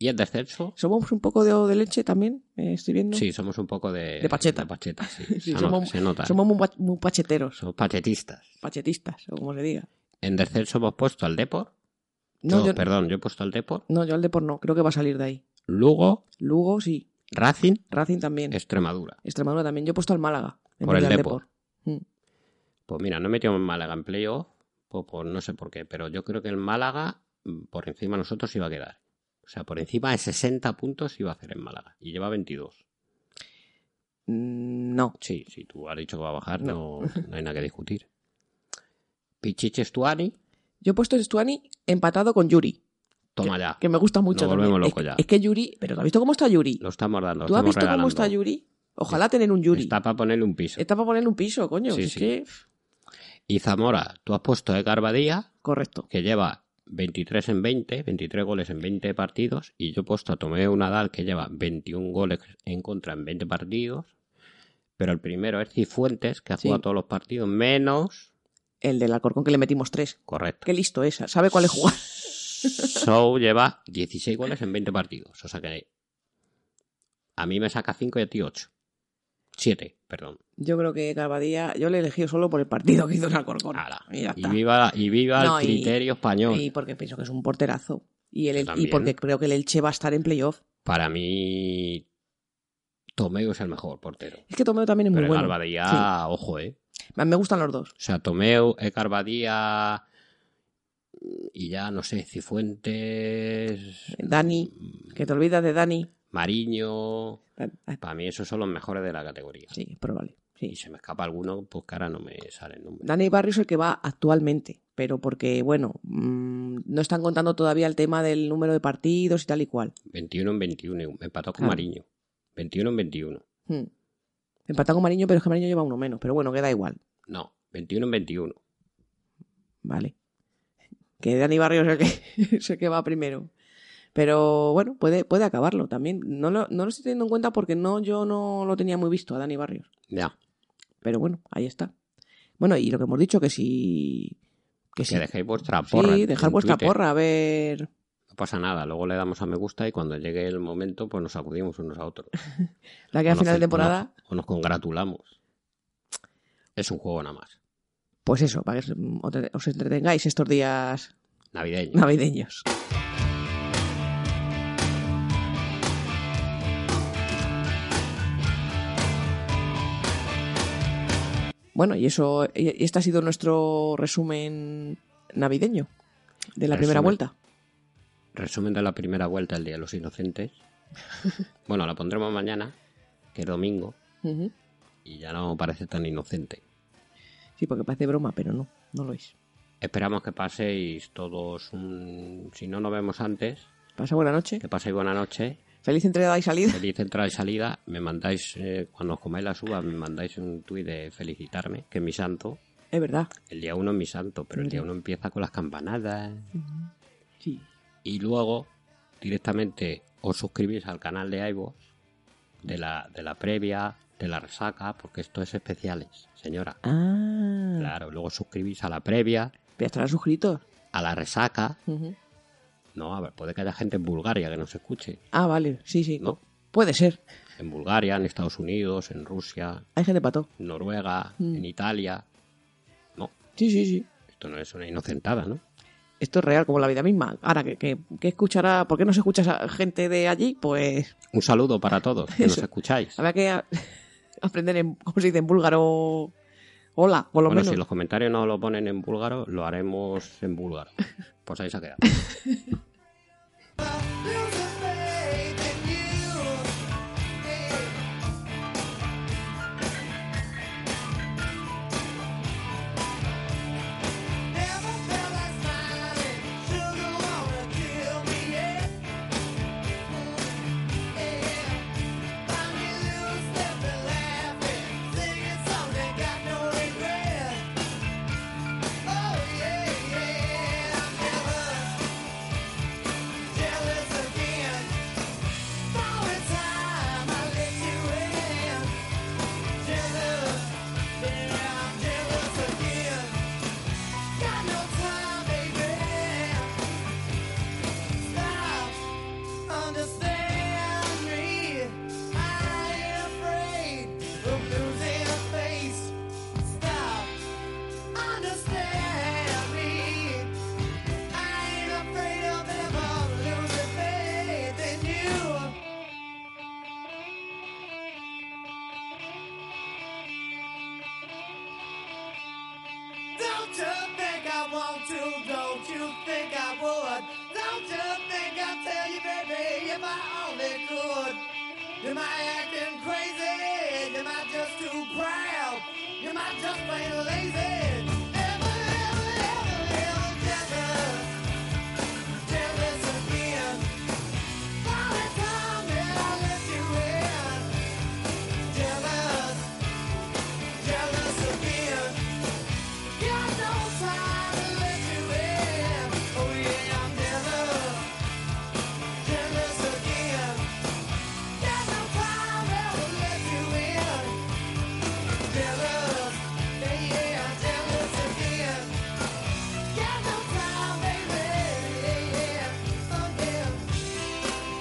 Speaker 4: Y el descenso,
Speaker 3: ¿Somos un poco de, de leche también? eh, estoy viendo.
Speaker 4: sí, somos un poco de...
Speaker 3: De pacheta.
Speaker 4: pacheta, sí.
Speaker 3: Sí,
Speaker 4: se, nota,
Speaker 3: somos,
Speaker 4: se nota. ¿eh?
Speaker 3: somos muy, pa- muy pacheteros,
Speaker 4: Somos pachetistas.
Speaker 3: pachetistas, o como se diga.
Speaker 4: En descenso hemos puesto al Depor.
Speaker 3: No,
Speaker 4: Yo,
Speaker 3: yo,
Speaker 4: Perdón, yo he puesto al Depor.
Speaker 3: no, yo al Depor no, creo que va a salir de ahí.
Speaker 4: Lugo,
Speaker 3: Lugo sí,
Speaker 4: Racing,
Speaker 3: Racing también,
Speaker 4: Extremadura.
Speaker 3: Extremadura también. Yo he puesto al Málaga. en
Speaker 4: Por
Speaker 3: vez
Speaker 4: el
Speaker 3: de al
Speaker 4: Depor.
Speaker 3: Mm.
Speaker 4: Pues mira, no metió en Málaga en playoff, pues, por no sé por qué, pero yo creo que el Málaga mm, por encima de nosotros iba a quedar. O sea, por encima de 60 puntos iba a hacer en Málaga. Y lleva 22.
Speaker 3: Mm, No,
Speaker 4: Sí, si tú has dicho que va a bajar,
Speaker 3: No.
Speaker 4: no, no hay nada que discutir. Pichiches Tuani,
Speaker 3: yo he puesto Stuani empatado con Yuri,
Speaker 4: toma ya.
Speaker 3: que me gusta mucho.
Speaker 4: Nos
Speaker 3: también.
Speaker 4: volvemos
Speaker 3: Es
Speaker 4: locos
Speaker 3: que-
Speaker 4: ya.
Speaker 3: Es que Yuri, pero ¿tú has visto cómo está Yuri?
Speaker 4: Lo estamos dando. lo
Speaker 3: ¿Tú has
Speaker 4: estamos
Speaker 3: visto cómo
Speaker 4: regalando.
Speaker 3: está Yuri? Ojalá tener un Yuri. Eh,
Speaker 4: Está para ponerle un piso.
Speaker 3: Está para ponerle un piso, coño.
Speaker 4: Sí,
Speaker 3: si es
Speaker 4: sí.
Speaker 3: que-
Speaker 4: Y Zamora, tú has puesto a Garbadía,
Speaker 3: Correcto.
Speaker 4: que lleva 23 en 20, 23 goles en 20 partidos, y yo he puesto a Tomeo Nadal, que lleva 21 goles en contra en 20 partidos, pero el primero es Cifuentes, que ha
Speaker 3: Sí.
Speaker 4: jugado todos los partidos, menos,
Speaker 3: El del Alcorcón que le metimos tres.
Speaker 4: correcto,
Speaker 3: Qué listo es, sabe cuál es jugar.
Speaker 4: Sou lleva 16 goles en 20 partidos, o sea que a mí me saca 5 y a ti 8. 7, perdón.
Speaker 3: Yo creo que Calvadía, yo le he elegido solo por el partido que hizo el Alcorcón.
Speaker 4: Ala.
Speaker 3: Y ya
Speaker 4: Y
Speaker 3: está.
Speaker 4: viva, y viva
Speaker 3: No,
Speaker 4: el
Speaker 3: y-
Speaker 4: criterio español.
Speaker 3: Y porque pienso que es un porterazo. Y,
Speaker 4: Yo
Speaker 3: el, y
Speaker 4: también.
Speaker 3: porque creo que el Elche va a estar en playoff.
Speaker 4: Para mí, Tomeo es el mejor portero.
Speaker 3: Es que Tomeo también es
Speaker 4: Pero
Speaker 3: muy
Speaker 4: el
Speaker 3: bueno.
Speaker 4: Garbadía, ojo, eh.
Speaker 3: Sí. Me gustan los dos.
Speaker 4: O sea, Tomeu, Ecarbadía y ya, no sé, Cifuentes,
Speaker 3: Dani, que te olvidas de Dani.
Speaker 4: Mariño.
Speaker 3: Ah, ah,
Speaker 4: Para mí esos son los mejores de la categoría.
Speaker 3: Sí, es probable.
Speaker 4: Y
Speaker 3: Sí.
Speaker 4: se me escapa alguno, pues que ahora no me sale el nombre.
Speaker 3: Dani Barrio es el que va actualmente. Pero porque, bueno, mm, no están contando todavía el tema del número de partidos y tal y cual.
Speaker 4: 21 en 21, y empató con
Speaker 3: Ah.
Speaker 4: Mariño. 21 en 21.
Speaker 3: Hmm. Empatado con Mariño, pero es que Mariño lleva uno menos. Pero bueno, queda igual.
Speaker 4: No, 21 en 21.
Speaker 3: Vale. Que Dani Barrios es el que, es el que va primero. Pero bueno, puede, puede acabarlo también. No lo, no lo estoy teniendo en cuenta porque no, yo no lo tenía muy visto a Dani Barrios.
Speaker 4: Ya,
Speaker 3: Pero bueno, ahí está. Bueno, y lo que hemos dicho, que si. Que
Speaker 4: que
Speaker 3: si.
Speaker 4: dejéis vuestra porra.
Speaker 3: Sí,
Speaker 4: en-
Speaker 3: dejar
Speaker 4: en
Speaker 3: vuestra
Speaker 4: Twitter.
Speaker 3: porra, a ver.
Speaker 4: No pasa nada, luego le damos a me gusta y cuando llegue el momento, pues nos acudimos unos a otros.
Speaker 3: La que a
Speaker 4: O nos
Speaker 3: final de
Speaker 4: ce-
Speaker 3: temporada.
Speaker 4: o nos- o nos congratulamos. Es un juego nada más.
Speaker 3: Pues eso, para que os- os entretengáis estos días
Speaker 4: Navideño.
Speaker 3: navideños. Bueno, y eso, y este ha sido nuestro resumen navideño de la
Speaker 4: Resumen.
Speaker 3: primera vuelta.
Speaker 4: resumen de la primera vuelta el Día de los Inocentes. bueno, la pondremos mañana, que es domingo,
Speaker 3: Ujú.
Speaker 4: y ya no parece tan inocente.
Speaker 3: Sí, porque parece broma, pero no, no lo es.
Speaker 4: Esperamos que paséis todos, un- si no nos vemos antes,
Speaker 3: Pasa buena noche.
Speaker 4: que paséis buena noche,
Speaker 3: Feliz entrada y salida.
Speaker 4: feliz entrada y salida, me mandáis, eh, cuando os comáis las uvas, me mandáis un tuit de felicitarme, que es mi santo,
Speaker 3: Es verdad.
Speaker 4: el día uno es mi santo, pero el día uno empieza con las campanadas,
Speaker 3: Sí.
Speaker 4: y luego directamente os suscribís al canal de iVoox de la, de la previa, de la resaca, porque esto es especiales, señora.
Speaker 3: Ah.
Speaker 4: Claro, luego os suscribís a la previa,
Speaker 3: Ya estarán suscritos.
Speaker 4: a la resaca.
Speaker 3: Ujú.
Speaker 4: No, a ver, puede que haya gente en Bulgaria que nos escuche.
Speaker 3: Ah, vale. Sí, sí.
Speaker 4: No.
Speaker 3: Puede ser.
Speaker 4: en Bulgaria, en Estados Unidos, en Rusia,
Speaker 3: Hay gente pato.
Speaker 4: en Noruega,
Speaker 3: Mm.
Speaker 4: en Italia. No,
Speaker 3: Sí, sí, sí.
Speaker 4: esto no es una inocentada, ¿no?
Speaker 3: Esto es real, como la vida misma. Ahora, que, que, que escuchará? ¿Por qué no se escucha esa gente de allí? Pues
Speaker 4: Un saludo para todos que nos
Speaker 3: Eso.
Speaker 4: escucháis.
Speaker 3: habrá que a- aprender en, ¿cómo se dice? En búlgaro. Hola, por lo
Speaker 4: Bueno,
Speaker 3: menos.
Speaker 4: si los comentarios no lo ponen en búlgaro, lo haremos en búlgaro. Pues ahí se ha quedado.
Speaker 6: Understand me, I am afraid of losing face. Stop, understand me. I ain't afraid of ever losing faith in you. Don't you think I want to? Don't you think I would? Don't you think I tell you, baby, if I only could? Am I acting crazy? Am I just too proud? Am I just plain lazy? Ever, ever, ever, ever jealous? Jealous again. By the time that I let you in, jealous, jealous again. Got no time to let you in. Oh yeah, I'm jealous, jealous again. Got no time to let you in. Jealous, yeah, yeah, I'm jealous again. Got no time, baby, yeah, yeah, oh yeah.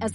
Speaker 7: As